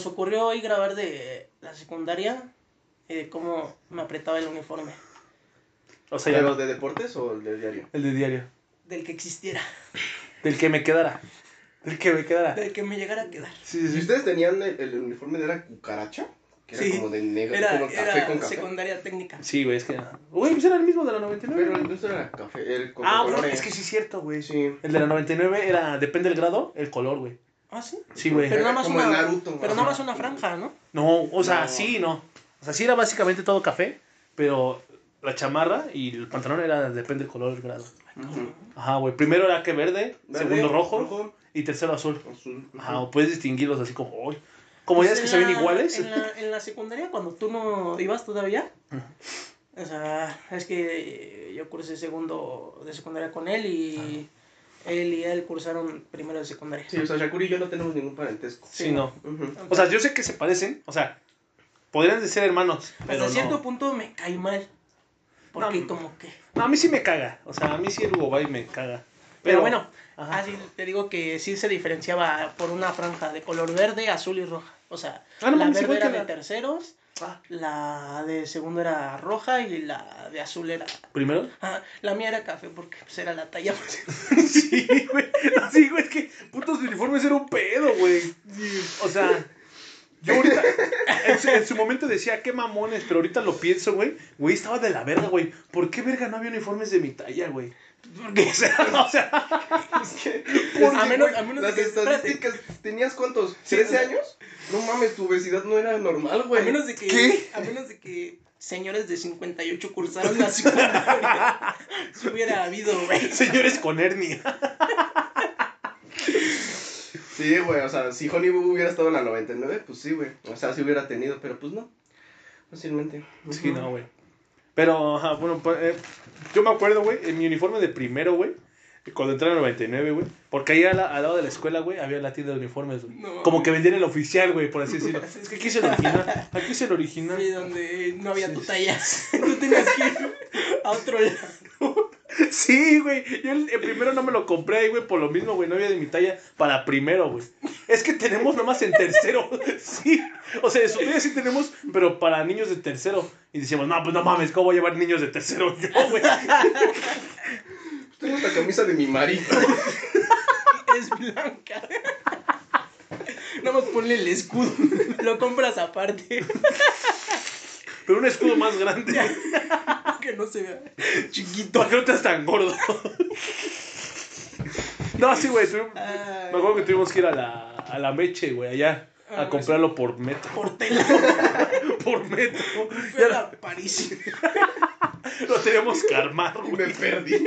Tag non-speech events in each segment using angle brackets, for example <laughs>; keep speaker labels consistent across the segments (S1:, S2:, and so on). S1: nos ocurrió hoy grabar de la secundaria y de cómo me apretaba el uniforme.
S2: O sea, ya
S3: ¿Pero
S2: no-
S3: de deportes o el de diario?
S2: el de diario.
S1: Del que existiera, <laughs>
S2: Del que me quedara. Del que me quedara.
S1: del que me llegara a quedar.
S2: Sí,
S3: Si
S2: sí, sí.
S3: ustedes tenían el, el uniforme de la cucaracha, que era
S1: Sí.
S3: como de negro,
S1: Era,
S3: como café
S1: era
S3: con café.
S1: secundaria técnica.
S2: Sí, güey, es que. Güey, pues era el mismo de la
S3: Pero
S2: 99.
S3: entonces era café, el con
S2: Ah, bueno,
S3: colores.
S2: es que sí es cierto, güey.
S3: Sí.
S2: El de la 99 era, depende del grado, el color, güey.
S1: Ah, sí.
S2: Sí, güey.
S1: Pero
S3: Era
S1: nada más
S3: como
S1: una,
S3: el Naruto,
S1: pero
S3: ajá.
S1: nada más una franja, ¿no?
S2: No, o sea,
S3: No.
S2: sí, no. O sea, sí era básicamente todo café, pero la chamarra y el pantalón era, depende del color, del grado.
S3: Ujú.
S2: Ajá, güey. Primero era que verde,
S3: Verde,
S2: segundo rojo, Ah, y tercero azul.
S3: azul.
S2: Ajá,
S3: ujú.
S2: o puedes distinguirlos así como, uy. Como ya es
S1: Pues
S2: que
S1: en
S2: se ven
S1: la-
S2: iguales.
S1: En la, en la secundaria, cuando tú no ibas todavía,
S2: Ajá.
S1: o sea, es que yo cursé segundo de secundaria con él y él y él cursaron primero de secundaria.
S3: Sí, o sea, Shakur y yo no tenemos ningún parentesco.
S2: Sí, no.
S3: Ujú.
S2: O sea, yo sé que se parecen, o sea, podrían ser hermanos, pero
S1: Hasta cierto
S2: no.
S1: punto me caí mal. Porque
S2: No,
S1: como que...
S2: No, pues, a mí sí me caga, o sea, a mí sí el Hugo Bay me caga.
S1: Pero, bueno,
S2: ajá.
S1: así te digo que sí se diferenciaba por una franja de color verde, azul y roja. O sea,
S2: Ah, no
S1: la
S2: mames,
S1: verde
S2: igual
S1: era
S2: que
S1: de
S2: la-
S1: terceros,
S2: Ah,
S1: la de segundo era roja y la de azul era...
S2: ¿Primero?
S1: Ah, la mía era café porque pues, era la talla.
S2: <laughs>
S1: <laughs>
S2: sí, güey. Así, güey, es que putos uniformes era un pedo, güey. O sea, yo ahorita, en su, en su momento decía, qué mamones, pero ahorita lo pienso, güey. Güey, estaba de la verga, güey. ¿Por qué verga no había uniformes de mi talla, güey? <laughs> O sea, o sea,
S3: Es que,
S1: A menos-
S3: güey,
S1: a menos
S3: las
S1: de que-
S3: estadísticas, ¿tenías cuántos?
S1: Sí,
S3: ¿13
S1: o sea-
S3: años? No mames, tu obesidad no era normal, güey.
S1: a menos de que
S2: ¿Qué?
S1: a menos de que señores de 58 cursaron <laughs> la secundaria. si hubiera habido, güey.
S2: señores con hernia.
S3: Sí, güey, o sea, si Hollywood hubiera estado en la 99, pues sí, güey. O sea, si hubiera tenido, pero pues no. Fácilmente.
S2: Sí,
S3: Ujú.
S2: no, güey. Pero, ajá, bueno, pues, eh, yo me acuerdo, güey, en mi uniforme de primero, güey, cuando entré en el 99, güey, porque ahí al, al lado de la escuela, güey, había la tienda de uniformes, güey.
S1: No.
S2: Como que vendían el oficial,
S1: <laughs>
S2: güey, por así decirlo. Es que aquí es el original. Aquí es el original.
S1: Sí, donde no había
S2: Sí,
S1: tu <laughs>
S2: sí.
S1: talla. Tú tenías que ir a otro lado.
S2: Sí, güey. Yo el, el primero no me lo compré, güey, por lo mismo, güey. No había de mi talla para primero, güey. Es que tenemos nomás en tercero. <laughs> Sí. O sea, de su talla sí tenemos, pero para niños de tercero. Y decíamos, no, pues no mames, ¿cómo voy a llevar niños de tercero yo, güey?
S3: Tengo esta camisa de mi marido. <laughs>
S1: Es blanca. No más ponle el escudo. Lo compras aparte.
S2: Pero un escudo más grande.
S1: Que no se vea.
S2: Chiquito. ¿Por qué no estás tan gordo? no, sí, güey. tuvi-
S1: Ay.
S2: Me acuerdo que tuvimos que ir a la, a la meche, güey, allá.
S1: Ah,
S2: A comprarlo por metro.
S1: Por tela.
S2: <laughs> Por metro. Ya
S1: Era París.
S2: lo- lo teníamos que armar,
S3: Y
S2: güey.
S3: me perdí.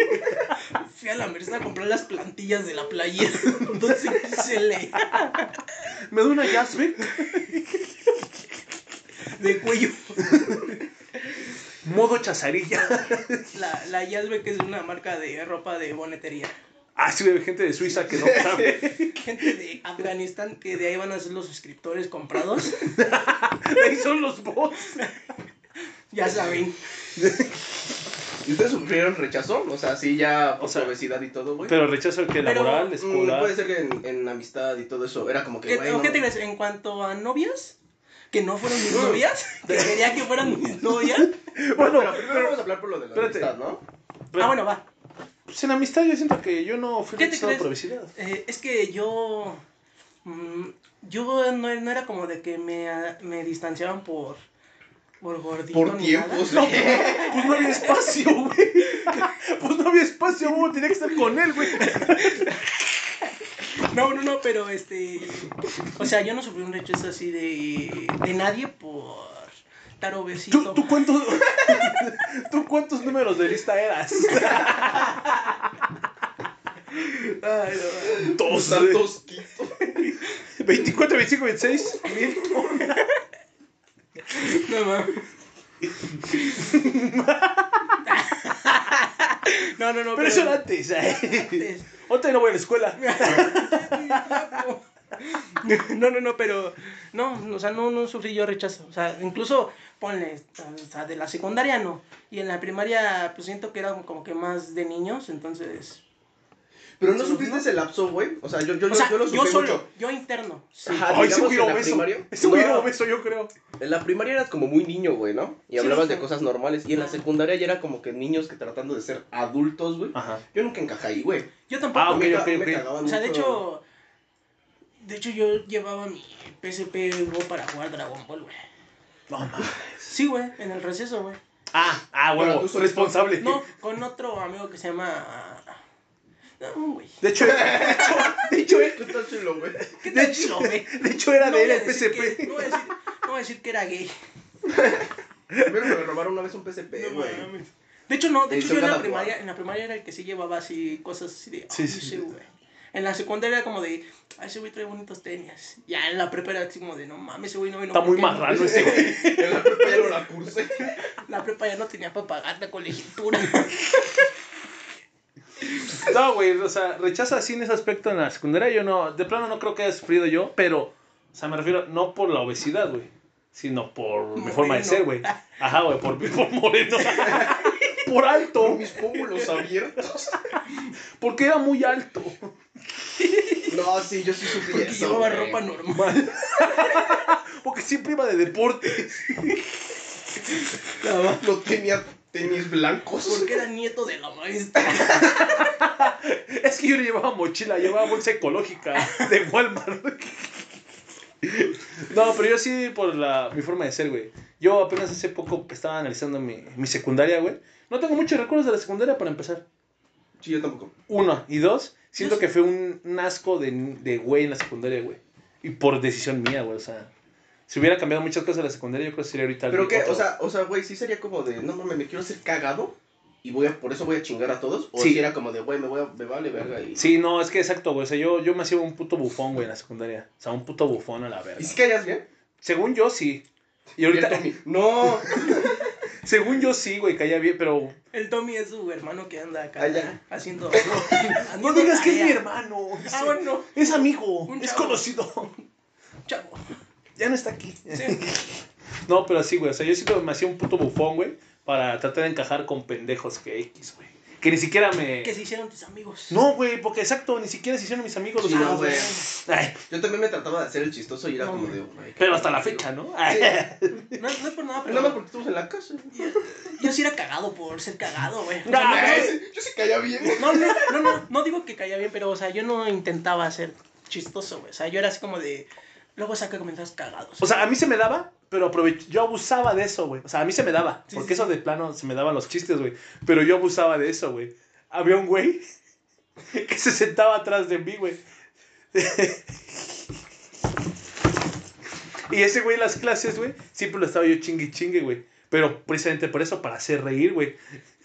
S1: Fui a la merced a comprar las plantillas de la playa. Entonces quise leer
S2: ¿Me da una jasmine?
S1: de cuello.
S2: Modo chazarilla.
S1: La, la Yasbe, que es una marca de ropa de bonetería.
S2: Ah, sí, güey, gente de Suiza que no
S1: <laughs>
S2: sabe.
S1: Gente de Afganistán, que de ahí van a ser los suscriptores comprados.
S2: Ahí son los bots.
S1: Ya saben.
S3: ¿Y ustedes sufrieron rechazo? O sea, sí, ya por
S2: O sea,
S3: obesidad y todo, güey.
S2: Pero rechazo el que
S1: Pero,
S2: laboral,
S1: mm,
S3: Mm,
S2: escolar.
S3: puede ser que en, en amistad y todo eso era como que,
S1: ¿Qué,
S3: güey,
S1: o
S3: no,
S1: qué te crees? En cuanto a novias, que no fueron mis
S3: Mm.
S1: novias, que quería que fueran mis novias.
S2: Bueno,
S3: Pero primero vamos a hablar por lo de la
S2: espérate.
S3: amistad, ¿no?
S1: Ah, bueno, va.
S2: Pues en amistad yo siento que yo no fui
S1: ¿Qué te
S2: rechazado
S1: crees?
S2: por obesidad.
S1: Eh, es que yo. mm, yo no, no era como de que me, ah, me distanciaban por. Por gordito.
S3: Por
S1: ni nada.
S3: tiempos.
S2: No,
S3: <laughs>
S2: pues no había espacio, güey. Pues no había espacio, uno tenía que estar con él, güey.
S1: No, no, no, pero este. O sea, yo no sufrí un rechazo así de. De nadie por. Estar obesito.
S2: ¿Tú, tú cuántos, ¿Tú cuántos números de lista eras?
S1: Ay, no.
S2: Dos.
S3: Santos
S2: 24, 25, 26. mil.
S1: No mames.
S2: <laughs>
S1: <laughs> No, no, no.
S2: Pero eso era antes.
S1: antes.
S2: Ahorita no voy a la escuela.
S1: No, no, no, pero no, o sea, no, no sufrí yo rechazo. O sea, incluso ponle, o sea, de la secundaria no. Y en la primaria, pues siento que era como que más de niños, entonces.
S3: Pero no
S1: ¿Se los
S3: supiste
S1: digo?
S3: ese lapso, güey. O sea, yo, yo,
S1: O sea,
S3: yo lo
S1: yo,
S3: supe
S1: solo,
S3: mucho.
S1: yo interno. Sí.
S3: Ajá,
S2: Ay, ese güey
S3: digamos que
S2: era
S3: en la
S2: obeso.
S3: primaria-
S2: Ese güey era
S3: No.
S2: obeso, yo creo.
S3: En la primaria eras como muy niño, güey, ¿no? Y
S1: Sí,
S3: hablabas
S1: sí.
S3: de cosas normales. Y en la secundaria ya era como que niños que tratando de ser adultos, güey.
S2: Ajá.
S3: Yo nunca encajé ahí, güey.
S1: Yo tampoco.
S2: Ah, ok,
S3: Me
S2: ok,
S3: ca- me
S2: ok.
S3: cagaban
S1: O sea, de
S3: mucho.
S1: hecho, de hecho yo llevaba mi PSP Go para jugar Dragon Ball, güey.
S2: No mames.
S1: Sí, güey, en el receso, güey.
S2: Ah, ah,
S3: Pero
S2: huevo.
S3: tú solito-
S2: Responsable.
S1: No, con otro amigo que se llama... No, güey.
S2: De
S3: <laughs>
S2: hecho, de hecho, de hecho,
S3: Tú estás chulo, güey.
S1: ¿Qué
S2: De
S1: tal
S2: hecho-
S1: chido, güey?
S2: de hecho era
S1: No
S2: de él
S1: voy a
S2: el
S1: decir
S2: PSP.
S1: que- No voy a decir- no voy a decir que era gay.
S3: Primero me robaron una vez un PSP,
S1: No
S3: güey.
S1: mames. De hecho, no, de
S3: Y
S1: hecho
S3: son
S1: yo en la
S3: cada
S1: primaria,
S3: cual.
S1: en la primaria era el que sí llevaba así cosas así de,
S2: Sí,
S1: "Ay,
S2: sí.
S1: ese güey". En la secundaria era como de, ay, ese güey trae bonitos tenis. Ya en la prepa era así como de, no mames, ese güey no vino.
S2: Está muy
S1: porque no".
S2: marrano ese güey.
S3: Pues en la prepa ya no la cursé.
S1: <laughs> La prepa ya no tenía para pagar la colegiatura.
S2: No, güey, o sea, rechaza así en ese aspecto en la secundaria. Yo no, de plano no creo que haya sufrido yo, pero, o sea, me refiero no por la obesidad, güey, sino por mi
S1: Moreno.
S2: forma de ser, güey. Ajá, güey, por, <laughs> por moreno. por alto,
S3: Con mis pómulos abiertos.
S2: porque era muy alto.
S3: No, sí, yo sí sufrí
S1: Porque
S3: eso,
S1: llevaba
S3: güey.
S1: ropa normal. <laughs>
S2: Porque siempre iba de deporte.
S3: No tenía tenis blancos.
S1: Porque era nieto de la maestra. <laughs>
S2: Es que yo no llevaba mochila, llevaba bolsa ecológica de Walmart. No, pero yo sí por la, mi forma de ser, güey. Yo apenas hace poco estaba analizando mi, mi secundaria, güey. No tengo muchos recuerdos de la secundaria para empezar.
S3: Sí, yo tampoco.
S2: Uno. Y dos, siento
S1: Yo
S2: que fue un un asco de, de güey en la secundaria, güey. Y por decisión mía, güey. O sea, si hubiera cambiado muchas cosas en la secundaria, yo creo que sería ahorita.
S3: Pero
S2: alguien-
S3: que, o
S2: otro.
S3: sea, o sea, güey, sí sería como de, no mames, me quiero hacer cagado y voy a, por eso voy a chingar a todos. O
S2: Sí.
S3: si era como de, güey, me voy a, me vale verga y.
S2: Sí, no, es que exacto, güey. O sea, yo, yo me hacía un puto bufón, güey, en la secundaria. O sea, un puto bufón a la verga.
S3: ¿Y si callas bien?
S2: Según yo, sí. Y ahorita,
S3: Y el Tommy, No,
S2: <laughs> según yo, sí, güey, caía bien, pero.
S1: El Tommy es su hermano que anda acá
S3: Allá.
S1: haciendo. <laughs>
S2: No
S1: haciendo
S2: digas que es mi
S1: tarea.
S2: hermano.
S1: Ah, bueno,
S2: Es amigo,
S1: Un
S2: es
S1: chavo.
S2: conocido.
S1: chavo.
S2: Ya no está aquí.
S1: Sí.
S2: No, pero sí, güey. O sea, yo siento que me hacía un puto bufón, güey. Para tratar de encajar con pendejos que X, güey. Que ni siquiera me.
S1: Que se hicieron tus amigos. Ah,
S2: No, güey, porque exacto, ni siquiera se hicieron mis amigos los
S3: Sí, no,
S2: demás,
S3: güey.
S2: Ay,
S3: yo también me trataba de hacer el chistoso y era
S1: No,
S3: como
S1: güey.
S3: de, "Oh güey.
S2: Pero hasta la fecha, ¿no? Ay.
S1: No, no es por nada, pero.
S3: Nada más porque estamos en la casa.
S1: Yo, yo sí era cagado por ser cagado, güey. O
S2: No,
S1: sea,
S3: <laughs>
S2: güey.
S3: Yo sí callaba bien.
S1: No, no, no, no, no digo que caía bien, pero, o sea, yo no intentaba ser chistoso, güey. O sea, yo era así como de. Luego saca comentarios cagados.
S2: O sea, a mí se me daba, pero aprovech- yo abusaba de eso, güey. O sea, a mí se me daba,
S1: Sí,
S2: porque
S1: sí,
S2: eso
S1: sí.
S2: de plano se me daban los chistes, güey. Pero yo abusaba de eso, güey. Había un güey <laughs> que se sentaba atrás de mí, güey. <laughs> y ese güey en las clases, güey, siempre lo estaba yo chingue y chingue, güey. Pero precisamente por eso, para hacer reír, güey.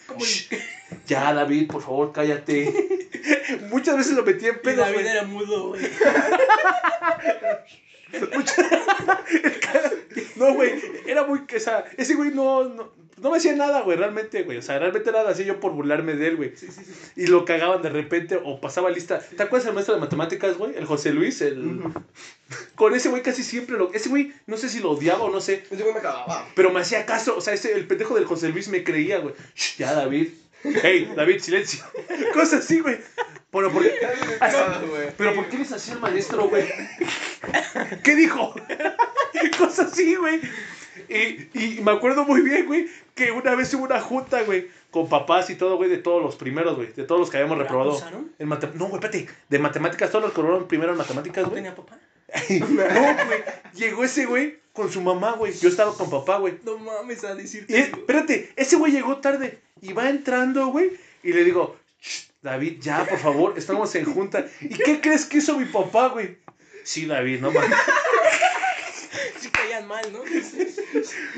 S1: como el,
S2: Ya, David, por favor,
S1: <laughs>
S2: cállate. Muchas veces lo metí en
S1: el
S2: pedos,
S1: David
S2: güey.
S1: era mudo, güey.
S2: No, güey, era muy, o sea, ese güey no, no, no me hacía nada, güey, realmente, güey, o sea, realmente nada, hacía yo por burlarme de él, güey.
S1: Sí, sí, sí.
S2: Y lo cagaban de repente o pasaba lista. ¿Te acuerdas del maestro de matemáticas, güey? El José Luis, el...
S3: Ujú.
S2: Con ese güey casi siempre lo... Ese güey, no sé si lo odiaba o no sé,
S3: Ese güey me cagaba.
S2: pero me hacía caso, o sea, ese, el pendejo del José Luis me creía, güey. Shh, Ya, David. Hey, David, silencio. <laughs> Cosas así, güey. Pero, ¿por qué?
S3: Me cagaba, Ah, güey.
S2: ¿Pero por qué eres así el maestro, güey? <laughs> ¿Qué dijo? <laughs> Cosas así, güey. Y, y me acuerdo muy bien, güey, que una vez hubo una junta, güey, con papás y todo, güey, de todos los primeros, güey, de todos los que habíamos
S1: ¿Lo
S2: reprobado.
S1: acusaron?
S2: En mate- no, güey, espérate, de matemáticas, todos los que reprobaron primero en matemáticas,
S1: ¿No
S2: güey.
S1: tenía papá?
S2: <laughs> no, güey, llegó ese güey con su mamá, güey. Yo estaba con papá, güey.
S1: No mames a decirte.
S2: Y es- espérate, ese güey llegó tarde y va entrando, güey, y le digo, "Shh, David, ya, por favor, estamos en junta. ¿Y qué crees que hizo mi papá, güey? Sí, David, no mames.
S1: Sí caían mal, ¿no?
S2: <laughs>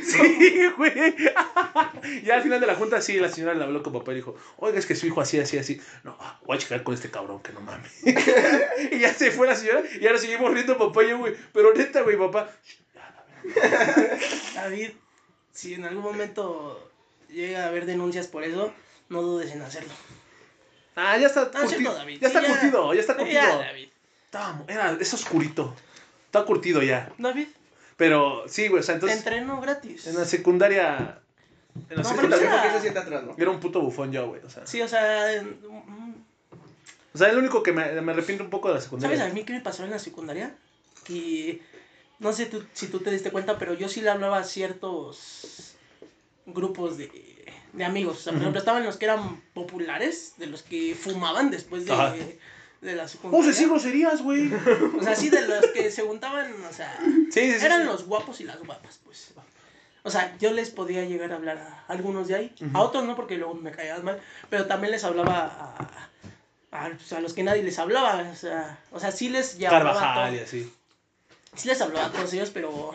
S2: Sí, güey. <laughs> Ya al final de la junta, sí, la señora le habló con papá y dijo, oiga, es que su hijo así, así, así. No, voy a checar con este cabrón, que no mames. <laughs> Y ya se fue la señora y ahora seguimos riendo papá y yo, güey. Pero neta, güey, papá. "Shh,
S1: David, si en algún momento llega a haber denuncias por eso, no dudes en hacerlo.
S2: Ah, ya está
S1: No, es cierto,
S2: curtido.
S1: David.
S2: Ya
S1: Sí,
S2: está curtido, ya está
S1: Sí,
S2: curtido.
S1: Ya, David.
S2: Está- Era, es oscurito. Está curtido ya.
S1: David,
S2: Pero sí, güey, o sea, entonces
S1: entreno gratis.
S2: en la secundaria. En la
S1: No,
S3: Pero
S2: secundaria
S3: también
S1: era-
S3: porque se sienta atrás, ¿no?
S2: era un puto bufón yo, güey, o sea.
S1: Sí, o sea, en- mm,
S2: O sea, es lo único que me, me arrepiento un poco de la secundaria.
S1: ¿Sabes a mí qué me pasó en la secundaria? Que no sé tú- si tú te diste cuenta, pero yo sí le hablaba a ciertos grupos de, de amigos. O sea, por
S2: Ujú.
S1: ejemplo, estaban los que eran populares, de los que fumaban después
S2: Ajá.
S1: de, de la
S2: Vamos a
S1: secundaria.
S2: decir
S1: <laughs>
S2: groserías, güey. Sí,
S1: O sea, sí, de los que se juntaban, o sea,
S2: sí, sí.
S1: eran los guapos y las guapas, pues. O sea, yo les podía llegar a hablar a algunos de ahí, a
S2: Ujú.
S1: otros no, porque luego me caían mal, pero también les hablaba a, a, pues, a los que nadie les hablaba, o sea, o sea sí les llamaba a
S2: Carvajal
S1: todos.
S2: y así.
S1: Sí les hablaba a todos ellos, pero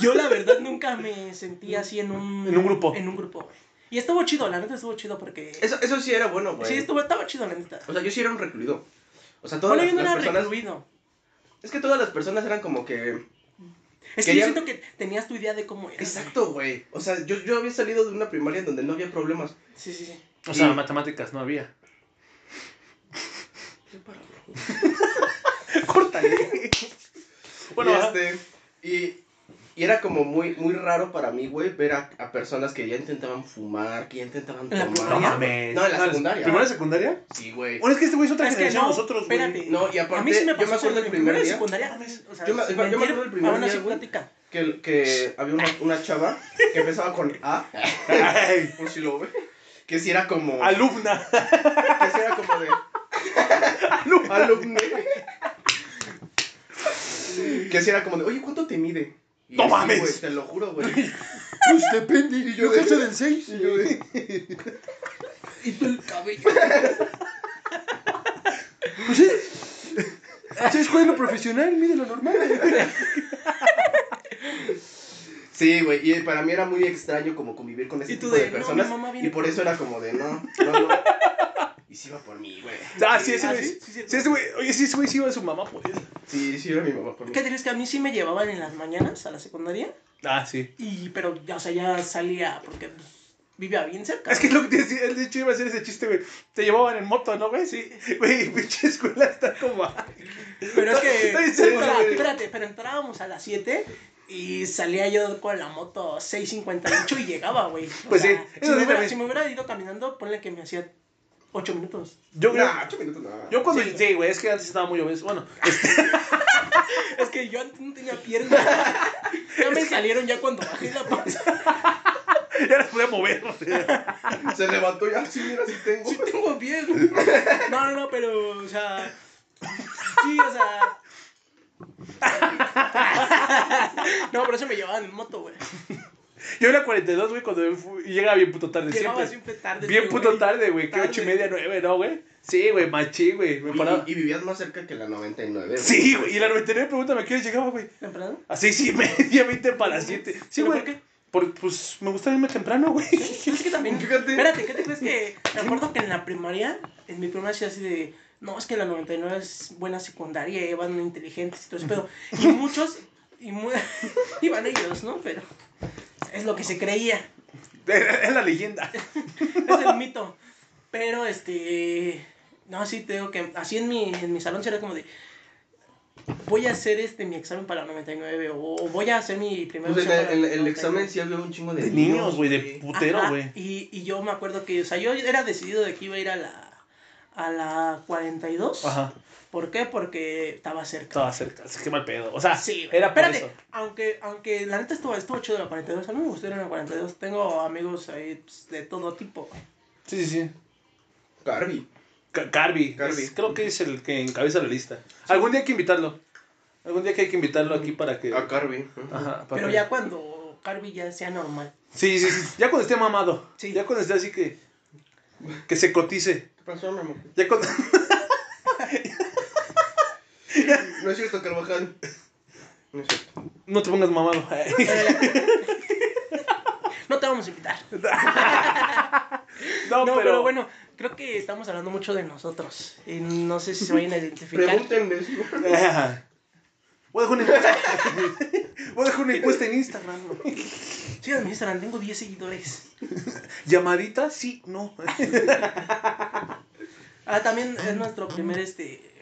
S1: yo la verdad nunca me sentí así en un...
S2: En un grupo.
S1: En un grupo, güey. Y estuvo chido, la neta estuvo chido porque...
S3: Eso, eso sí era bueno, güey.
S1: Sí, estuvo, estaba chido, la neta.
S3: O sea, yo sí era un recluido. O sea, todas
S1: Bueno, yo
S3: las,
S1: no
S3: las
S1: era
S3: personas.
S1: recluido.
S3: Es que todas las personas eran como que.
S1: Es que
S3: Quería-
S1: yo siento que tenías tu idea de cómo era.
S3: Exacto, güey. O sea, yo, yo había salido de una primaria en donde no había problemas.
S1: Sí, sí, sí.
S2: O sea,
S3: Y-
S2: matemáticas
S1: <laughs>
S2: no había. Córtale. Bueno,
S3: y,
S2: ajá.
S3: este, y, y era como muy, muy raro para mí, güey, ver a, a personas que ya intentaban fumar, que ya intentaban
S1: ¿En la
S2: no
S3: tomar.
S1: primaria?
S2: mames.
S3: No, en la
S2: No,
S3: secundaria.
S2: ¿Primera secundaria?
S3: Sí, güey.
S2: Bueno, es que este güey es otra
S1: Es que
S2: generación
S1: no,
S2: de nosotros,
S1: espérate.
S2: güey.
S3: No, y aparte,
S1: a mí sí me
S3: yo me
S1: pasó
S3: acuerdo
S1: en
S3: el primer
S1: primera y
S3: día
S1: secundaria. no mames, o sea,
S3: Yo me-
S1: sin
S3: yo me acuerdo
S1: mentir,
S3: el primer
S1: aún así
S3: día, güey.
S1: platica.
S3: que, que había una, una chava que empezaba con
S2: <laughs>
S3: A,
S2: Ay,
S3: por si lo ve, que si era como.
S2: Alumna. <laughs>
S3: Que si era como de. Alumne. que si era como de, oye, ¿cuánto te mide? Y
S2: ¡No
S3: así,
S2: mames!
S3: güey, Te lo juro, güey.
S4: Pues depende.
S3: Y yo
S4: yo
S3: de-
S4: cacho del 6.
S3: Y yo de,
S1: Y tú el cabello.
S4: Pues sí. ¿Sabes cuál es lo profesional? Mide lo normal.
S3: Sí, güey, y para mí era muy extraño como convivir con ese
S1: Y tú
S3: tipo
S1: de,
S3: de,
S1: "No, mi
S3: personas.
S1: mamá viene
S3: y por
S1: por
S3: eso era como de, no, no, no. Y sí iba por mí, güey.
S2: <laughs> Ah, sí, ese
S1: Ah,
S2: güey.
S1: sí, sí,
S2: Sí,
S1: cierto.
S2: ese güey. Oye, sí, ese güey sí iba a su mamá, pues.
S3: Sí, sí iba mi mamá por mí.
S1: ¿Qué dirías que a mí sí me llevaban en las mañanas a la secundaria?
S2: Ah, sí.
S1: Y, pero, ya, o sea, ya salía porque pues, vivía bien cerca.
S2: Es que es lo que te decía, de hecho iba a hacer ese chiste, güey. Te llevaban en moto, ¿no, güey? Sí. Güey, <laughs> pinche escuela está como.
S1: Pero
S2: <laughs>
S1: es
S3: <laughs>
S2: Está
S1: que.
S2: bien cerca,
S1: o sea,
S2: güey.
S1: espérate, pero entrábamos a las 7 y salía yo con la moto 6.58 y llegaba, güey. O
S2: Pues sí,
S1: sea,
S2: eso
S1: Si me,
S2: sí
S1: hubiera,
S2: también.
S1: si me hubiera ido caminando, ponle que me hacía 8 minutos.
S2: Yo creo.
S3: Nah, ah, ocho minutos, nada.
S2: Yo cuando.
S1: Sí, güey.
S2: Sí, güey, es que antes estaba muy obeso. Bueno, <laughs>
S1: Es que yo antes no tenía <laughs> piernas. Ya me salieron ya cuando bajé la panza. <laughs>
S2: ya las podía mover.
S3: Se levantó ya, sí, mira, sí tengo.
S1: Sí tengo bien. No, no, no, pero, o sea. Sí, o <laughs> sea. No, pero eso me llevaban en moto, güey.
S2: Yo era 42, güey, cuando yo fui- y llegaba bien puto tarde
S1: Llegaba siempre
S2: siempre.
S1: tarde.
S2: Bien
S1: este
S2: puto
S1: güey.
S2: tarde, güey. Que
S1: Tarde.
S2: 8 y media, 9, ¿no, güey? Sí, güey, machín, güey. Me paraba.
S3: Y, y vivías más cerca que la 99, güey.
S2: Sí, güey. Y la 99 pregunta me quién llegaba, güey.
S1: ¿Temprano?
S2: A 6 y media, 20 para las 7. Sí,
S1: ¿Pero
S2: güey.
S1: por qué?
S2: Por- pues me gusta irme temprano, güey. <laughs>
S1: Es que también.
S3: Fíjate.
S1: Espérate, ¿qué te crees que.? Me acuerdo que en la primaria, en mi primaria hacía así de. No, es que la 99 es buena secundaria, eh, van inteligentes y todo eso, pero. Y muchos. Y mu- <laughs> iban ellos, ¿no? Pero. Es lo que se creía.
S2: Es la leyenda.
S1: Es el mito. Pero este. No, sí, te digo que así en mi, en mi salón será como de. Voy a hacer este mi examen para la 99 o voy a hacer mi primer
S3: Pues en
S1: opción
S3: el,
S1: para
S3: en
S1: la
S3: el
S1: 99.
S3: examen sí había un chingo de,
S2: De niños, güey, de
S1: Ajá,
S2: putero, güey.
S1: Y, y yo me acuerdo que, o sea, yo era decidido de que iba a ir a la, a la 42.
S2: Ajá.
S1: ¿Por qué? Porque estaba cerca.
S2: Estaba cerca. Es que mal pedo. O sea,
S1: Sí,
S2: era por
S1: espérate,
S2: eso.
S1: aunque, aunque la neta estuvo, estuvo chido la 42, a mí me gustó ir a la 42, tengo amigos ahí pues, de todo tipo.
S2: Sí, sí, sí.
S3: Carby.
S2: Ca- Carby.
S3: Carby.
S2: Es- creo que es el que encabeza la lista. Algún día hay que invitarlo. Algún día que hay que invitarlo aquí para que.
S3: A Carby.
S2: Ajá, para
S1: Pero
S2: que-
S1: ya cuando Carby ya sea normal.
S2: Sí, sí, sí. Ya cuando esté mamado.
S1: Sí.
S2: Ya cuando esté así que. Que se cotice.
S3: ¿Qué pasó, mi amor?
S2: Ya cuando. <laughs>
S3: No es cierto, Carvajal. No es cierto.
S2: No te pongas mamado. <laughs>
S1: <laughs> No te vamos a invitar.
S2: No,
S1: No, pero... bueno, creo que estamos hablando mucho de nosotros. Y no sé si se vayan a identificar.
S3: <laughs> Pregúntenles.
S2: Ajá. Voy a dejar una encuesta. Voy a dejar una encuesta en Instagram. ¿no?
S1: Sí, en mi Instagram tengo 10 seguidores.
S2: Llamadita, sí, no.
S1: Ah, también es nuestro primer este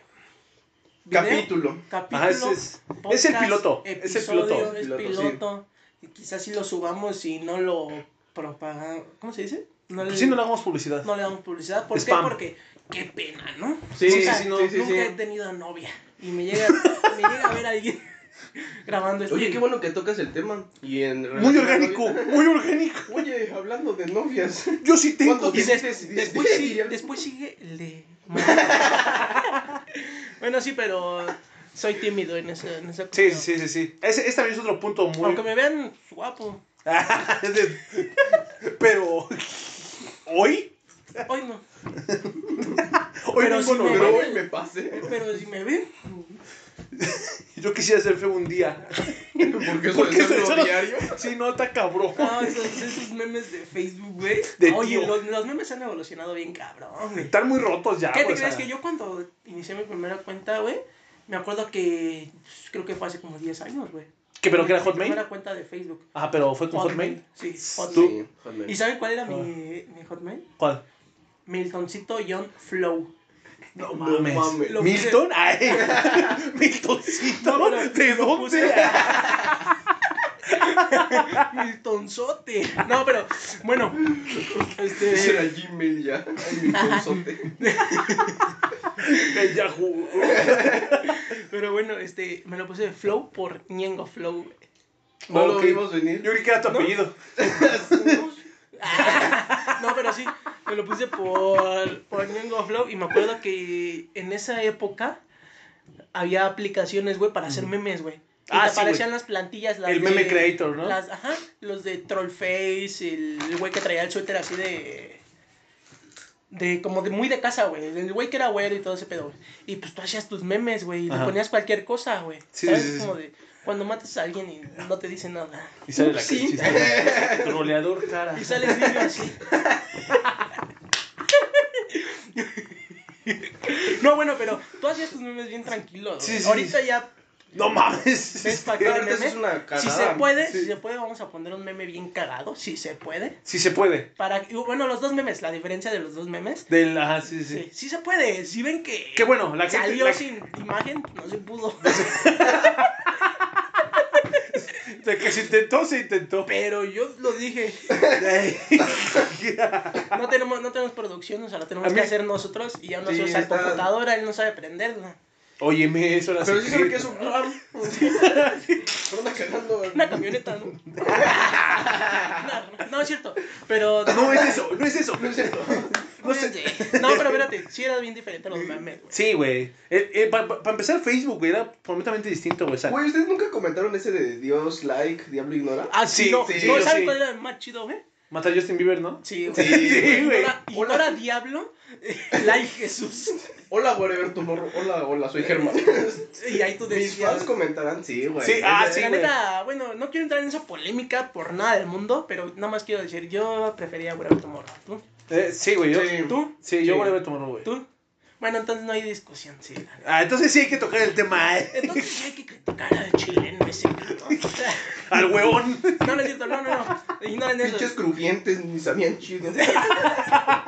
S1: video,
S3: Capítulo.
S1: capítulo.
S2: Ajá, Ah, ese es- es el piloto, es el piloto.
S1: episodio, Es
S3: Piloto, sí.
S1: piloto. Y quizás si lo subamos y no lo propagamos. ¿Cómo se dice? No le,
S2: Pues Sí, no le hagamos publicidad.
S1: no le damos publicidad. ¿Por
S2: Spam.
S1: qué? Porque qué pena, ¿no?
S2: Sí,
S1: O sea,
S2: sí, no,
S1: Nunca he tenido novia. Y me llega, me llega a ver alguien <laughs> grabando esto.
S3: Oye, qué bueno que tocas el tema. Y en
S2: Muy
S3: relación a
S2: orgánico,
S3: novias-
S2: muy orgánico.
S3: Oye, hablando de novias.
S2: Yo sí tengo.
S3: ¿Cuánto
S1: Y
S3: tiempo?
S2: dice,
S1: des-
S3: Dices-
S1: después,
S3: dices-
S1: sigue, después sigue el de... <laughs> bueno, sí, pero soy tímido en ese, en ese
S2: Sí,
S1: punto.
S2: sí, sí, sí. Ese, ese también es otro punto muy.
S1: Aunque me vean guapo.
S2: <laughs> Pero. ¿Hoy?
S1: Hoy no.
S2: Hoy
S1: Pero
S2: no
S1: sí
S2: lo
S1: me-
S2: logró.
S3: <laughs> Pero hoy me pasé.
S1: Pero si me ven,
S2: Yo quisiera ser feo un día.
S3: Porque eso
S2: Porque
S3: es
S2: eso- eso
S3: lo
S2: no-
S3: diario.
S2: Sí, no, está cabrón.
S1: no, ah, esos, esos memes de Facebook, güey.
S2: De
S1: Oye,
S2: tío.
S1: los, los memes han evolucionado bien cabrón, güey.
S2: Están muy rotos ya,
S1: ¿Qué te
S2: güey, o sea.
S1: crees que yo cuando inicié mi primera cuenta, güey? Me acuerdo que pues, creo que fue hace como 10 años, güey.
S2: ¿Que, pero que era
S1: Mi
S2: Hotmail?
S1: primera cuenta de Facebook.
S2: Ah, pero fue con Hotmail.
S1: Sí,
S2: ¿Tú? Ah.
S1: Hotmail.
S3: Sí, joder.
S1: ¿Y saben cuál era mi, mi Hotmail?
S2: ¿Cuál?
S1: Miltoncito John
S2: <laughs>
S1: Flow.
S2: No
S3: mames.
S1: Lo puse-
S2: ¿Milton? Ay. <laughs> ¿Miltoncito?
S1: No, pero-
S2: ¿De
S1: lo puse-
S2: dónde?
S1: Miltonzote. No, pero
S2: <laughs>
S1: bueno.
S3: Ese
S1: Este,
S3: era Gmail ya. Ay, <laughs> mi consote.
S2: De Yahoo.
S1: pero bueno, este, me lo puse de Flow por Ñengo Flow. güey.
S3: No
S2: Ok.
S3: lo vimos venir.
S2: Yo creí que era tu apellido.
S1: No, pero sí, me lo puse por, por Ñengo Flow y me acuerdo que en esa época había aplicaciones, güey, para hacer memes, güey. Y
S2: Ah,
S1: te
S2: sí,
S1: aparecían las plantillas, las
S2: El
S1: de-
S2: meme creator, ¿no?
S1: Las, ajá, los de Trollface, el güey que traía el suéter así de... De, como de muy de casa, güey. El güey que era güero y todo ese pedo, güey. Y pues tú hacías tus memes, güey. Y le
S2: Ajá.
S1: ponías cualquier cosa, güey.
S2: Sí,
S1: ¿Sabes?
S2: sí, sí, sí.
S1: Como de cuando matas a alguien y no te dice nada.
S2: Y sale la
S1: Sí.
S2: cachista. Troleador cara.
S1: Y sale el niño así. No, bueno, pero tú hacías tus memes bien tranquilos.
S2: Sí,
S1: güey.
S2: sí,
S1: Ahorita ya
S2: No mames.
S1: ves para
S3: Pero
S1: cada
S3: ahorita eso
S1: meme.
S3: es una
S1: si
S3: cagada.
S1: se puede,
S2: sí.
S1: si se puede, vamos a poner un meme bien cagado, si se puede.
S2: Sí se puede.
S1: Para que- bueno, los dos memes, la diferencia de los dos memes.
S2: Del, ajá, sí, sí.
S1: Sí, sí se puede. Si ven que
S2: Qué bueno, la gente,
S1: salió
S2: la-
S1: sin imagen, no se pudo.
S2: de que se intentó, se intentó.
S1: Pero yo lo dije. No tenemos, no tenemos producción, o sea, la tenemos
S2: A mí-
S1: que hacer nosotros y ya no
S3: Sí,
S1: se usa
S3: está-
S1: computadora, él no sabe prenderla.
S2: <laughs> Óyeme, eso era
S3: Pero sí saben
S2: secreto.
S3: que es un ram. Pero <laughs> anda cagando.
S1: Una camioneta, <laughs> ¿no? no, no es cierto. <laughs> Pero.
S2: No es eso, no es eso.
S3: No es cierto.
S2: no sé.
S1: No, pero espérate, sí era bien diferente a los memes, güey.
S2: Sí, güey. Eh, Para empezar, Facebook, güey, era completamente distinto, güey. o sea,
S3: Güey, ¿ustedes nunca comentaron ese de Dios, like, diablo ignora?
S1: Ah, sí,
S2: Sí,
S1: no.
S3: sí,
S1: ¿No
S3: yo
S1: sabes
S2: sí.
S1: cuál era el más chido, güey?
S2: Mata a Justin Bieber, ¿no?
S1: Sí, güey.
S3: Sí,
S2: Sí, güey.
S1: Ignora, ignora <laughs> Diablo, like Jesús.
S3: Hola, whatever, tu morro. Hola, hola, soy <laughs> Germán.
S1: Y ahí tú
S3: Mis fans
S1: decías.
S3: comentarán, sí, güey.
S2: Sí, ah,
S1: La
S2: sí. güey.
S1: neta, bueno, no quiero entrar en esa polémica por nada del mundo, pero nada más quiero decir, yo prefería Whatever Tomorrow. ¿Tú?
S2: Eh, sí, güey. Yo,
S3: Sí.
S1: ¿Tú?
S2: Sí, yo
S3: Sí.
S2: voy a tomar, güey.
S1: ¿Tú? Bueno, entonces no hay discusión, sí. la neta.
S2: Ah, entonces sí hay que tocar el tema, <laughs> eh.
S1: Entonces sí hay que criticar al chileno ese puto.
S2: Al huevón.
S1: No, no es cierto, no, no, no. Ignoren eso.
S3: Pinches crujientes, ni sabían chido. <laughs>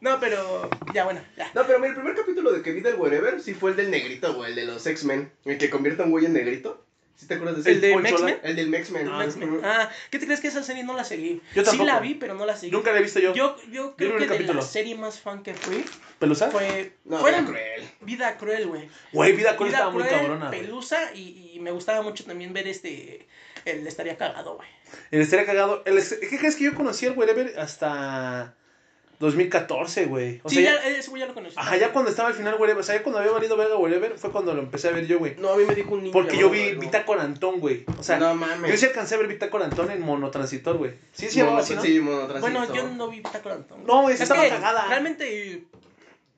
S1: No, pero ya, bueno, ya.
S3: No, pero mira, el primer capítulo de que vi del wherever sí fue el del negrito, güey, el de los X-Men. El que convierte a un güey en negrito. ¿Sí te acuerdas de
S1: ¿El
S3: ese?
S1: de
S2: Ponchola.
S1: X-Men?
S3: El del Mex-Men.
S1: Ah, X-Men. Ah, ¿qué te crees que esa serie no la seguí?
S2: Yo tampoco.
S1: Sí la vi, pero no la seguí.
S2: Nunca la he visto yo.
S1: Yo, yo creo
S2: vi
S1: que
S2: un
S1: de la
S2: capítulo. ¿Ah?
S1: serie más fan que fui
S2: ¿Pelusa?
S1: fue...
S3: No,
S1: fueron
S3: era cruel.
S1: Vida Cruel, güey.
S2: Güey, vida con
S1: Vida
S2: estaba muy
S1: Cruel,
S2: cabrona, güey.
S1: Pelusa y, y me gustaba mucho también ver este... El Estaría Cagado, güey.
S2: El estaría cagado. El est- ¿Qué crees que yo conocí al Wherever hasta 2014, güey? O
S1: Sí,
S2: sea,
S1: ya,
S2: ya-
S1: ese güey ya lo conocí.
S2: Ajá, ya cuando estaba al final Wherever, o sea, ya cuando había valido verga Wherever, fue cuando lo empecé a ver yo, güey.
S3: No, a mí me dijo un niño.
S2: Porque yo vi
S3: algo.
S2: Bitácora Antón, güey. O sea,
S3: no
S2: yo
S3: mames.
S2: sí alcancé a ver Bitácora Antón en Monotransitor, güey. Sí, sí,
S3: Mono-
S2: llamaba así, ¿no?
S3: sí, monotransitor.
S1: Bueno, yo no vi Taco Antón.
S2: No, esa estaba
S1: que
S2: cagada.
S1: Realmente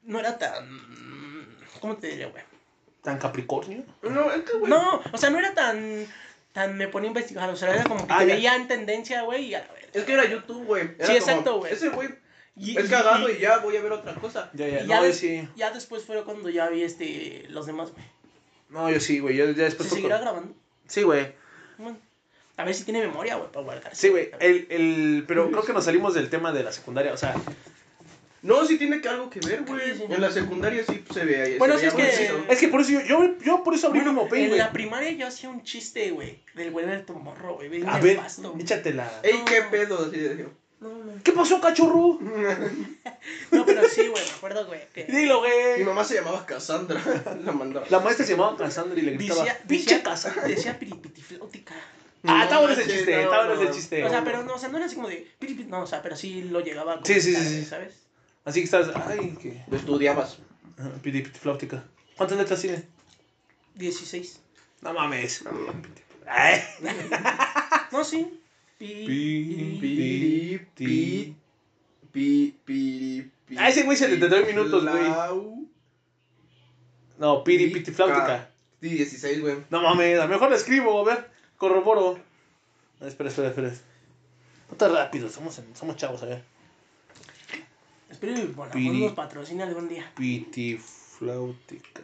S1: no era tan... ¿Cómo te diría, güey?
S2: ¿Tan Capricornio?
S3: No, es que, güey.
S1: No, o sea, no era tan... Tan me ponía a investigar, o sea, era como que
S2: Ah,
S1: te
S2: ya.
S1: veía en tendencia, güey, y a la verga.
S3: Es que era YouTube, güey. Era
S1: Sí,
S3: como,
S1: exacto, güey.
S3: Ese güey
S1: Y-
S3: es
S1: y-
S3: cagado y ya voy a ver otra cosa.
S2: Ya,
S1: y
S2: ya,
S1: ya,
S2: no, yo
S1: des-
S2: sí.
S1: ya después fue cuando ya vi este los demás, güey.
S2: No, yo sí, güey. Yo ya
S1: ¿Se
S2: después. fue
S1: seguirá
S2: con-
S1: grabando?
S2: Sí, güey.
S1: Bueno, a ver si tiene memoria, güey, para guardar.
S2: Sí, güey. El, el... Pero creo que nos salimos del tema de la secundaria. O sea,
S3: No, sí tiene que algo que ver, güey.
S1: Sí, sí.
S3: En la secundaria sí se ve.
S1: Bueno,
S3: se
S1: sí,
S3: veía
S1: es que- eh,
S3: bonito.
S2: es que por eso yo, yo, yo por eso abrí
S1: Bueno,
S2: como Pain,
S1: en
S2: güey.
S1: la primaria yo hacía un chiste, güey, del güey del tomorro, güey. bien
S2: A ver,
S1: nefasto, güey.
S2: échatela.
S3: Ey, qué pedo. así de-
S1: No, mames.
S2: ¿Qué pasó,
S3: <laughs>
S2: cachorro?
S1: No, pero sí, güey, me acuerdo, güey. Que
S2: Dilo,
S3: Mi
S2: güey.
S3: mamá se llamaba Cassandra. <laughs> La mandaba.
S2: La maestra se llamaba Cassandra y le gritaba,
S1: decía,
S2: pinche
S1: decía,
S2: Cassandra.
S1: decía piripitiflótica.
S2: Ah, está bueno
S3: No,
S2: ese
S3: sí,
S2: chiste,
S3: no,
S2: está bueno
S3: no.
S2: ese chiste.
S1: O sea, pero no, o sea, no era así como de piripit, no, o sea, pero sí lo llegaba a
S2: Sí, sí, sí,
S1: comentar,
S2: sí.
S1: ¿sabes?
S2: Así que estás, ay, que...
S3: Lo estudiabas.
S2: Ajá, piripitifláutica. ¿Cuántas letras tiene?
S1: 16.
S2: No mames. Eh. Ay.
S1: No, sí. Pi-
S2: Pi-
S1: pi-
S3: Piri, pi, pi, piri, pi.
S2: A ese güey se le te doy minutos, güey.
S3: Lau-
S2: No, piripitifláutica.
S3: Sí, 16, güey.
S2: No mames, a lo mejor la escribo, a ver, corroboro. No, espera, espera, espera. No tan rápido, somos, somos chavos, a ver.
S1: Espero que bueno,
S2: Piri-
S1: nos patrocine algún día.
S2: Pitifláutica.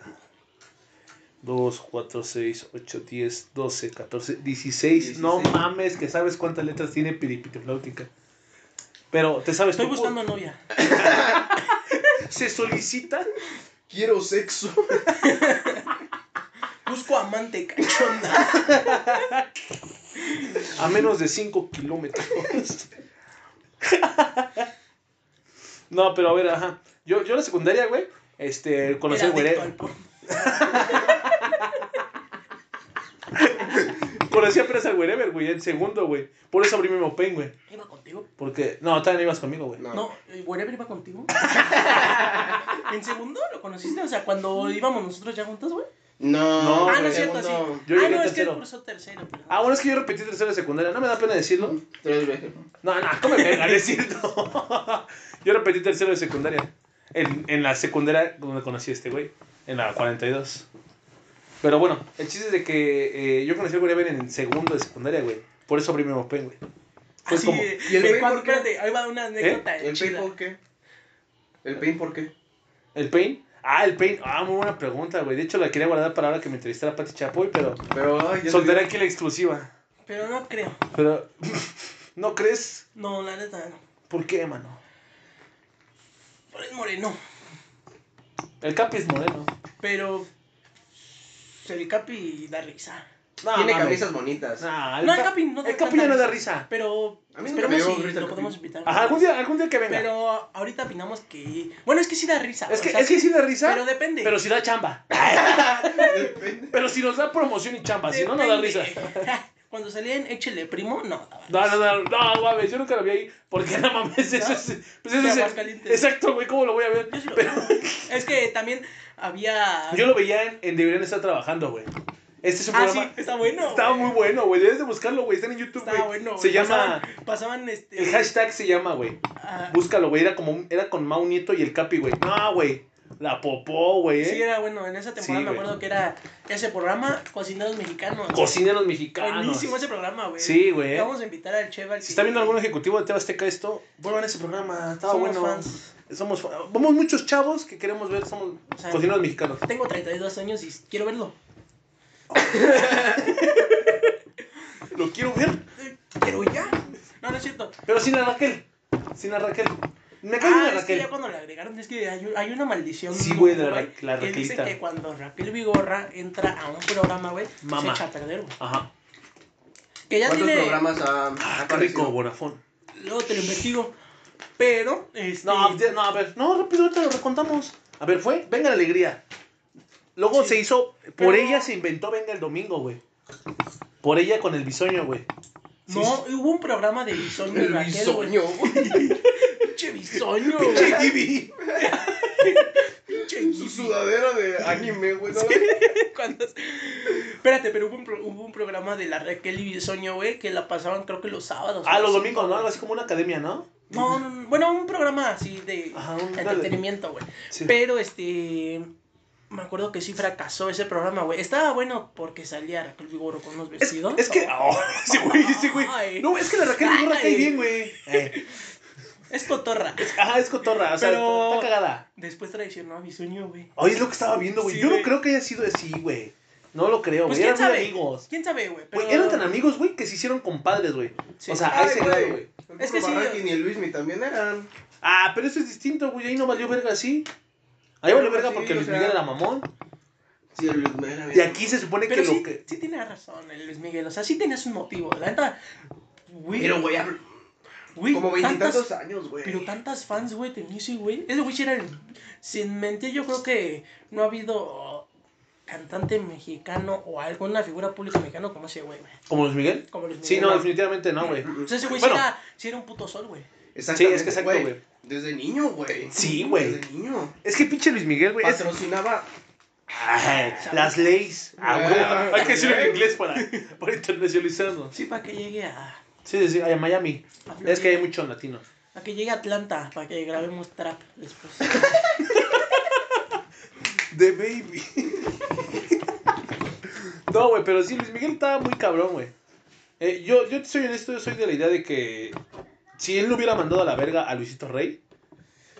S2: 2, 4, 6, 8, 10, 12, 14, 16. No
S3: 16.
S2: mames, que sabes cuántas letras tiene piripitifláutica. Pero, ¿te sabes
S1: Estoy
S2: tú?
S1: buscando novia.
S2: ¿Se solicita?
S3: Quiero sexo.
S1: Busco amante cachonda.
S2: A menos de 5 kilómetros. <laughs> no, pero a ver, ajá. Yo, yo en la secundaria, güey, este, <laughs> conocí
S1: Era
S2: al güere-
S1: adicto al porno.
S2: conocí apenas al wherever, güey, en segundo, güey. Por eso abrí mi open, güey.
S1: ¿Iba contigo?
S2: Porque, no, todavía no ibas conmigo, güey.
S1: No, eh, wherever iba contigo. <laughs> ¿En segundo lo conociste? O sea, cuando íbamos nosotros ya juntos, güey.
S2: <laughs>
S3: No,
S2: No,
S1: ah, no
S2: güey,
S1: es
S3: güey,
S1: cierto, sí.
S3: segundo,
S2: Yo llegué
S1: ah, no, es
S2: en
S1: que el
S2: tercero.
S1: curso tercero. perdón.
S2: Ah, bueno, es que yo repetí tercero de secundaria. No me da pena decirlo.
S3: Tres veces.
S2: No, no, ¿cómo me verga decirlo? <laughs> yo repetí tercero de secundaria. En, en la secundaria donde conocí a este güey. En la 42. Pero bueno, el chiste es de que eh, yo conocí al Wherever en segundo de secundaria, güey. Por eso abrí mi open, güey. Pues
S1: Así
S2: como-
S1: de-
S3: ¿Y el
S1: de
S3: güey
S1: cuando-
S3: por qué?
S1: espérate, ahí va una
S2: ¿Eh?
S1: anécdota
S3: ¿El pain
S1: chida.
S3: por qué? ¿El pain por qué?
S2: ¿El pain? Ah, el pain. Ah, muy buena pregunta, güey. De hecho, la quería guardar para ahora que me entrevistara Pati Chapoy, pero
S3: Pero, ay, ya
S2: soltaré
S3: se
S2: aquí la exclusiva.
S1: Pero no creo.
S2: Pero, ¿no crees?
S1: No, la neta no.
S2: ¿Por qué, mano?
S1: Por el moreno.
S2: El Capi es modelo.
S1: Pero. El Capi da risa.
S2: No,
S3: Tiene
S2: mames. Ah,
S3: camisas bonitas.
S2: No,
S1: No, el Capi no da
S2: El Capi ya no
S1: tanta
S2: da risa.
S1: Pero.
S3: A mí nunca me
S1: Esperemos
S3: dio
S1: si
S3: risa el
S1: lo
S3: Capi.
S1: podemos invitar.
S2: Ajá, algún día, algún día que venga.
S1: Pero ahorita opinamos que. Bueno, es que sí da risa.
S2: es,
S1: o
S2: que,
S1: sea,
S2: es que sí da risa,
S1: Pero
S2: pero,
S1: depende.
S2: si
S1: <laughs>
S2: da chamba. <laughs>
S3: Depende.
S2: Pero si nos da promoción y chamba, si no, no da risa.
S1: Depende. <laughs> Cuando salía en Échele Primo, no. daba
S2: No,
S1: risa.
S2: no, no, no, mames, yo nunca lo vi ahí. Porque no mames, eso
S1: ¿No?
S2: es. Pues eso
S1: De
S2: es
S1: Aguascalientes.
S2: exacto, güey, ¿cómo lo voy a ver?
S1: Yo sí lo
S2: Pero
S1: veo. Es que también había.
S2: yo lo veía en, en Deberían estar trabajando, güey. Este es un
S1: Ah,
S2: programa.
S1: sí, está bueno.
S2: Estaba
S1: güey.
S2: muy bueno, güey. Debes de buscarlo, güey. Está en YouTube,
S1: Está
S2: güey.
S1: bueno.
S2: Se
S1: güey.
S2: llama.
S1: Pasaban, pasaban, este.
S2: El hashtag se llama, güey.
S1: ah,
S2: Búscalo, güey. Era como un- era con Mau Nieto y el Capi, güey. No, güey. La popó, güey.
S1: Sí,
S2: ¿eh?
S1: era bueno. En esa temporada
S2: Sí,
S1: me
S2: güey.
S1: acuerdo que era ese programa, Cocinados Mexicanos.
S2: Cocineros mexicanos.
S1: Buenísimo ese programa, güey.
S2: Sí, güey.
S1: Vamos a invitar al Cheva. al
S2: Si
S1: que-
S2: está viendo algún ejecutivo de TV Azteca esto, vuelvan a ese programa. Estaba
S1: Somos
S2: bueno.
S1: fans.
S2: Somos fa- Vamos muchos chavos que queremos ver. Somos
S1: O sea,
S2: cocineros mexicanos.
S1: Tengo 32 años y quiero verlo.
S2: Lo quiero ver.
S1: Pero ya. No, no es cierto.
S2: Pero sin la Raquel. Sin la Raquel. Me cae bien
S1: Ah,
S2: la
S1: es que
S2: Raquel.
S1: ya cuando le agregaron, es que hay, un- hay una maldición.
S2: Sí, güey, de la
S1: güey,
S2: Ra- la
S1: Que dice
S2: Raquelita.
S1: que cuando Raquel Vigorra entra a un programa, güey, se
S2: Mamá.
S1: echa a perder, güey.
S2: Ajá.
S1: Que ya
S3: ¿Cuántos
S1: tiene.
S3: programas ha,
S2: Ah,
S3: ha
S2: qué rico,
S3: aparecido?
S2: Bonafón.
S1: Luego te lo investigo. Pero, este.
S2: No, ya- no, a ver, no, rápido, ahorita lo recontamos. A ver, fue Venga la Alegría. Luego
S1: Sí.
S2: se hizo, por
S1: Pero-
S2: ella se inventó Venga el Domingo, güey. Por ella con el bisoño, güey.
S1: No, hubo un programa de bisoño y
S3: El
S1: Raquel, güey.
S3: bisoño.
S1: Pinche bisoño,
S2: <laughs>
S1: güey.
S2: Pinche Gibi.
S1: Pinche
S3: Su
S1: guiso.
S3: sudadera de anime, güey. ¿no?
S1: Cuando- Espérate, pero hubo un, pro- hubo un programa de la Raquel y Bisoño, güey, que la pasaban creo que los sábados.
S2: Ah,
S1: güey.
S2: los domingos, ¿no? Algo así como una academia, ¿no?
S1: No, no, no, bueno, un programa así de
S2: Ajá, un-
S1: entretenimiento, güey.
S2: Sí.
S1: Pero este. Me acuerdo que sí fracasó ese programa, güey. Estaba bueno porque salía Raquel Vigoro con unos
S2: Es,
S1: vestidos.
S2: es que. <laughs> Oh, sí, güey, sí,
S1: Ay.
S2: güey. No, es que la Raquel
S1: Ay.
S2: Vigorra cae bien, güey. Eh,
S1: Es cotorra.
S2: Ajá, es cotorra, o sea,
S1: Pero-
S2: está cagada.
S1: Después traicionó a Bisoño, güey.
S2: Oye, es lo que estaba viendo, güey.
S1: Sí,
S2: Yo
S1: güey.
S2: no creo que haya sido así, güey. No lo creo,
S1: Pues
S2: güey.
S1: quién
S2: Eran muy
S1: sabe.
S2: amigos.
S1: ¿Quién sabe, güey?
S2: Güey, eran tan amigos, güey, que se hicieron compadres, güey.
S1: Sí.
S2: O sea, a
S3: Ay,
S2: ese grado,
S3: Ah, güey.
S2: güey.
S1: Es
S3: Es
S1: que
S3: que
S1: sí,
S3: Barranqui ni el Luismi también eran.
S2: Ah, pero eso es distinto, güey. Ahí no valió verga así. Ahí valió
S3: Pero
S2: verga
S3: sí,
S2: porque
S3: o
S2: Luis
S3: sea-
S2: Miguel era mamón.
S3: Sí, el Luismi era.
S2: Y aquí se supone
S1: Pero
S2: que
S1: sí,
S2: lo que.
S1: sí tenía razón el Luis Miguel. O sea, sí tenías un motivo. La neta, güey.
S3: Pero, güey, hablo-
S1: Güey,
S3: Como
S1: tantas-
S3: veintitantos años, güey.
S1: Pero tantas fans, güey, de Missy, güey. Ese güey sí era el... Sin mentir, yo creo que no ha habido cantante mexicano o alguna figura pública mexicana como ese güey, güey.
S2: ¿Como Luis Miguel?
S1: Como Luis
S2: Sí,
S1: Miguel,
S2: no,
S1: güey.
S2: definitivamente no, güey.
S1: O sea, ese güey
S2: Bueno.
S1: sí, era, sí era un puto sol, güey.
S3: Exactamente,
S2: Sí, es que exacto, güey.
S3: Desde niño, güey.
S2: Sí, güey.
S3: Desde niño.
S2: Es que pinche Luis Miguel, güey. es-
S3: Patrocinaba.
S2: Ay, las leyes. Ah,
S3: Ah,
S2: güey. Hay que decirlo en
S3: güey.
S2: inglés para, para internacionalizarlo.
S1: Sí, para que llegue a...
S2: Sí, sí, sí, a Miami.
S1: a Florida.
S2: Es que hay muchos latinos.
S1: A que llegue a Atlanta, para que grabemos trap después.
S2: <laughs> The Baby. <laughs> no, güey, pero sí, Luis Miguel estaba muy cabrón, güey. Eh, yo, yo te soy honesto, yo soy de la idea de que si él no hubiera mandado a la verga a Luisito Rey,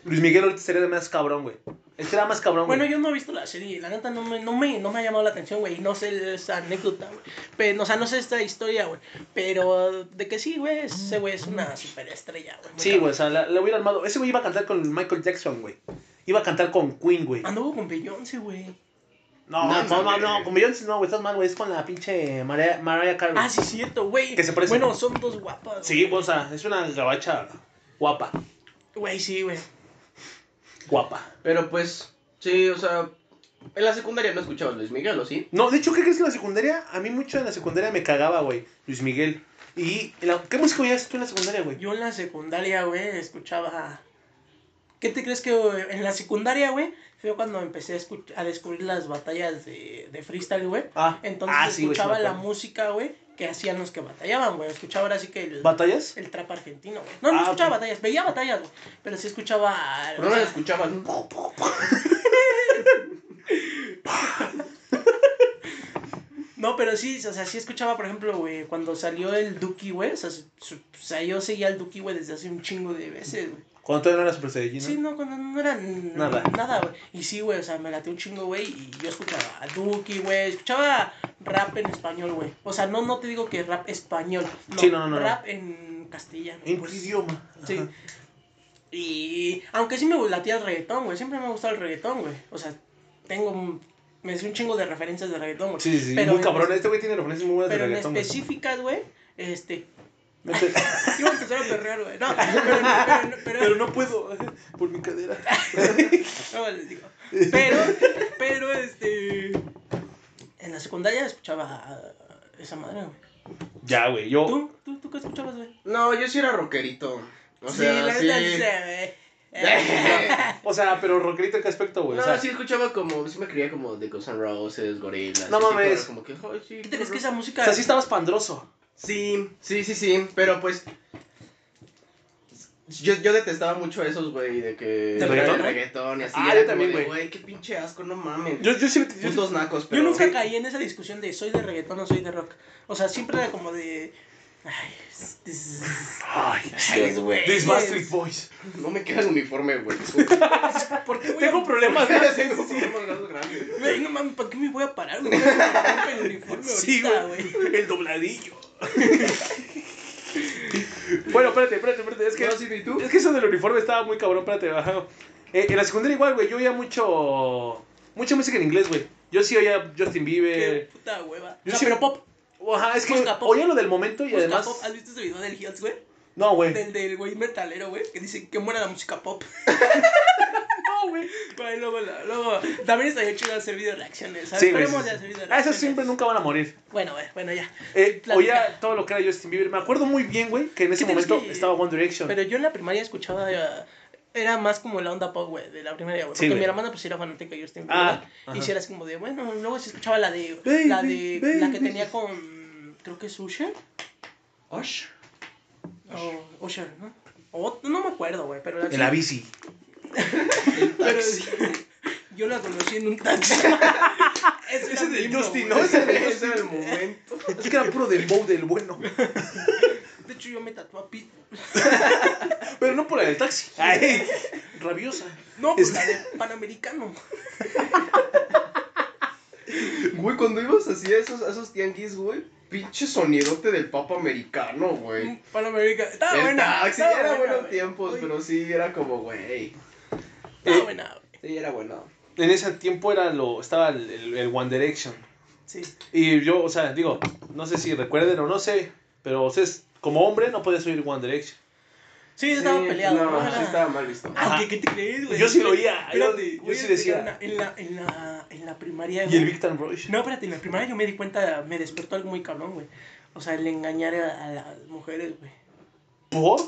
S2: Luis Miguel ahorita sería más cabrón, güey. Este era más cabrón, güey.
S1: Bueno, yo no he visto la serie, la neta no me, no me, no me ha llamado la atención, güey, y no sé esa anécdota, güey. Pero, o sea, no sé esta historia, güey. Pero de que sí, güey, ese güey es una superestrella, güey. muy
S2: Sí,
S1: cabrón.
S2: güey, o sea, la, la hubiera armado. Ese güey iba a cantar con Michael Jackson, güey. Iba a cantar con Queen, güey.
S1: Anduvo con Beyoncé, güey.
S2: No,
S3: No,
S2: no, no, no,
S3: mames.
S2: con Beyoncé no, güey, estás mal, güey. Es con la pinche Mariah, Mariah Carey.
S1: Ah, sí, cierto, güey.
S2: Que se parece.
S1: Bueno, son dos guapas.
S2: Sí, pues,
S1: güey.
S2: o sea, es una gabacha guapa,
S1: Güey, sí, güey.
S2: guapa.
S3: Pero pues, sí, o sea. En la secundaria no escuchabas Luis Miguel, ¿o sí?
S2: No, de hecho, ¿qué crees que en la secundaria? A mí mucho en la secundaria me cagaba, güey. Luis Miguel. ¿Y en la- qué música oías tú en la secundaria, güey?
S1: Yo en la secundaria, güey, escuchaba. ¿Qué te crees que güey? en la secundaria, güey? Fue cuando empecé a, escuch- a descubrir las batallas de, de freestyle, güey.
S2: Ah,
S1: Entonces
S2: ah, sí, güey, sí me
S1: escuchaba la
S2: acuerdo.
S1: música, güey, que hacían los que batallaban, güey. Escuchaba ahora sí que el,
S2: ¿Batallas?
S1: el trap argentino, güey. No, no
S2: Ah,
S1: escuchaba
S2: ok.
S1: batallas, veía batallas, güey. Pero sí escuchaba.
S3: Pero no
S1: o
S3: las
S1: sea,
S3: escuchabas.
S1: No, pero sí, o sea, sí escuchaba, por ejemplo, güey, cuando salió el Duki, güey. O sea, su- su- o sea, yo seguía al Duki, güey, desde hace un chingo de veces, güey.
S2: Cuando todavía no era Super Saiyajin, ¿no?
S1: Sí, no, cuando no era n-
S2: Nada.
S1: Nada, güey. Y sí, güey, o sea, me late un chingo, güey. Y yo escuchaba a Duki, güey. Escuchaba rap en español, güey. O sea, no, no te digo que rap español. No,
S2: Sí, no, no, no.
S1: Rap en castellano.
S2: ¿En
S1: pues.
S2: qué idioma?
S1: Sí.
S2: Ajá.
S1: Y aunque sí me latía el reggaetón, güey. Siempre me ha gustado el reggaetón, güey. O sea, tengo. un- Me sé un chingo de referencias de reggaetón, güey.
S2: Sí, sí,
S1: Pero
S2: muy
S1: en-
S2: cabrón. Este güey tiene referencias muy buenas
S1: Pero
S2: de
S1: en
S2: reggaetón, güey.
S1: específicas, güey. Este.
S2: No sé.
S1: Iba a empezar a perrear, güey. No, <laughs> pero. pero, <laughs> pero-
S2: Pero no puedo, por mi cadera.
S1: <laughs> Luego les digo. Pero, pero, este. En la secundaria escuchaba uh, esa madre, güey.
S2: Ya, güey, yo...
S1: ¿Tú? ¿Tú, tú qué escuchabas, güey?
S3: No, yo sí era rockerito. O sea,
S1: la
S3: sí.
S1: neta,
S3: <laughs>
S1: sí, Eh,
S2: <laughs>
S1: güey.
S2: O sea, pero rockerito, ¿en qué aspecto, güey?
S3: No,
S2: Pues, o sea,
S3: sí escuchaba como, sí me creía como de Guns N' Roses, Gorillaz.
S2: No
S3: así,
S2: mames.
S3: pero Como que, ay, sí.
S1: ¿Qué crees que
S3: rock.
S1: esa música.
S2: o sea, sí estabas pandroso.
S3: Sí, sí, sí, sí, pero pues... Yo, yo detestaba mucho esos, güey, de que... ¿De
S2: reggaetón?
S3: reggaetón y así.
S2: Ah, yo
S3: era como
S2: también,
S3: de,
S2: güey.
S3: Güey, qué pinche asco, no mames.
S2: Yo, yo sí...
S1: Pues
S2: Yo,
S3: Putos nacos,
S1: Yo
S3: pero...
S1: nunca caí en esa discusión de soy de reggaetón o soy de rock. O sea, siempre era como de. Ay, este, es- es-
S2: Ay,
S1: ay, güey.
S2: These Bastard Boys.
S3: No me queda el uniforme, güey. <laughs>
S1: ¿Por qué, güey?
S2: Tengo problemas, güey.
S3: Tengo problemas
S1: <laughs>
S3: grandes.
S1: Güey, no mames, ¿para qué me voy a parar, güey? Me rompe el uniforme
S2: <laughs> Sí,
S1: ahorita,
S2: güey. <laughs> El dobladillo. bueno, espérate, espérate, espérate. Es que,
S3: No, sí, ¿y tú?
S2: es que eso del uniforme estaba muy cabrón, espérate. ajá. Eh, en la secundaria igual, güey, yo oía mucho... Mucha música en inglés, güey. Yo sí oía Justin
S1: Qué
S2: Bieber.
S1: puta hueva.
S2: Este, Yo
S1: O sea,
S2: sí-
S1: pero pop.
S2: Ajá, es que
S1: Música pop.
S2: oía lo del momento y
S1: música
S2: además...
S1: pop. ¿Has visto ese video del Hills, güey?
S2: No, güey.
S1: Del del güey metalero, güey, que dice que muera la música
S2: <laughs>
S1: pop. <laughs>
S2: No, güey.
S1: Güey, luego, la- luego. También estaría chido hacer video reacciones. ¿sabes?
S2: Sí, güey. sí,
S1: Esperemos
S2: sí.
S1: de hacer video
S2: Ah,
S1: reacciones.
S2: esos siempre nunca van a morir.
S1: Bueno, güey, bueno, ya.
S2: Eh,
S1: Platica.
S2: oía todo lo que era Justin Bieber. Me acuerdo muy bien, güey, que en ese
S1: Sí, tienes
S2: momento
S1: que-
S2: estaba One Direction.
S1: Pero yo en la primaria escuchaba. eh, Era más como la onda pop, güey, de la primaria, güey.
S2: Sí,
S1: Porque
S2: güey.
S1: mi hermana, pues, era fanática de Justin Bieber.
S2: Ah,
S1: Y
S2: ajá.
S1: si eras como de, bueno, luego se escuchaba la de.
S2: Baby,
S1: la de. La que
S2: baby.
S1: tenía con. Creo que es Usher.
S3: Osh.
S1: O Usher, ¿no? O, no me acuerdo, güey, pero
S2: En la bici.
S1: Pero <laughs> yo la conocí en un
S2: <laughs>
S1: taxi. Ese
S2: Ese
S1: era
S2: de
S1: mi himno,
S2: Justin,
S1: güey.
S2: ¿no? Ese de
S3: <laughs> Ese era el momento.
S2: Es que era puro del bow del bueno.
S1: De hecho, yo me tatué a Pete.
S2: Pero no por la del taxi. <laughs> Ay, rabiosa.
S1: No, pues
S2: Este-
S1: la de Panamericano.
S3: Güey, cuando ibas así a esos, a esos tianguis, güey, pinche sonidote del papa americano, güey.
S1: <laughs> Panamericano. Estaba
S3: El
S1: buena.
S3: taxi,
S1: estaba
S3: era
S1: buena,
S3: buenos
S1: güey.
S3: tiempos,
S1: Uy,
S3: pero sí, era como, güey.
S1: Estaba
S2: Eh.
S1: buena, güey.
S3: Sí, era bueno.
S2: En ese tiempo era lo, estaba el, el- el One Direction.
S1: Sí.
S2: Y yo, o sea, digo, no sé si recuerden o no sé, pero ustedes como hombre no puedes oír One Direction.
S1: Sí, estaba peleado.
S3: No,
S1: ¿no?
S3: sí
S1: Era-
S3: estaba mal visto.
S1: Ah,
S2: Ajá.
S1: ¿qué, qué te crees, güey?
S2: Yo sí lo oía, yo-
S1: Espérate,
S2: yo
S1: güey,
S2: sí decía.
S1: En la, en la, en la, en la primaria,
S2: Y el
S1: güey.
S2: Victor Rush.
S1: No, espérate, en la primaria yo me di cuenta, me despertó algo muy cabrón, güey. O sea, el engañar a, a las mujeres, güey.
S2: ¿Por?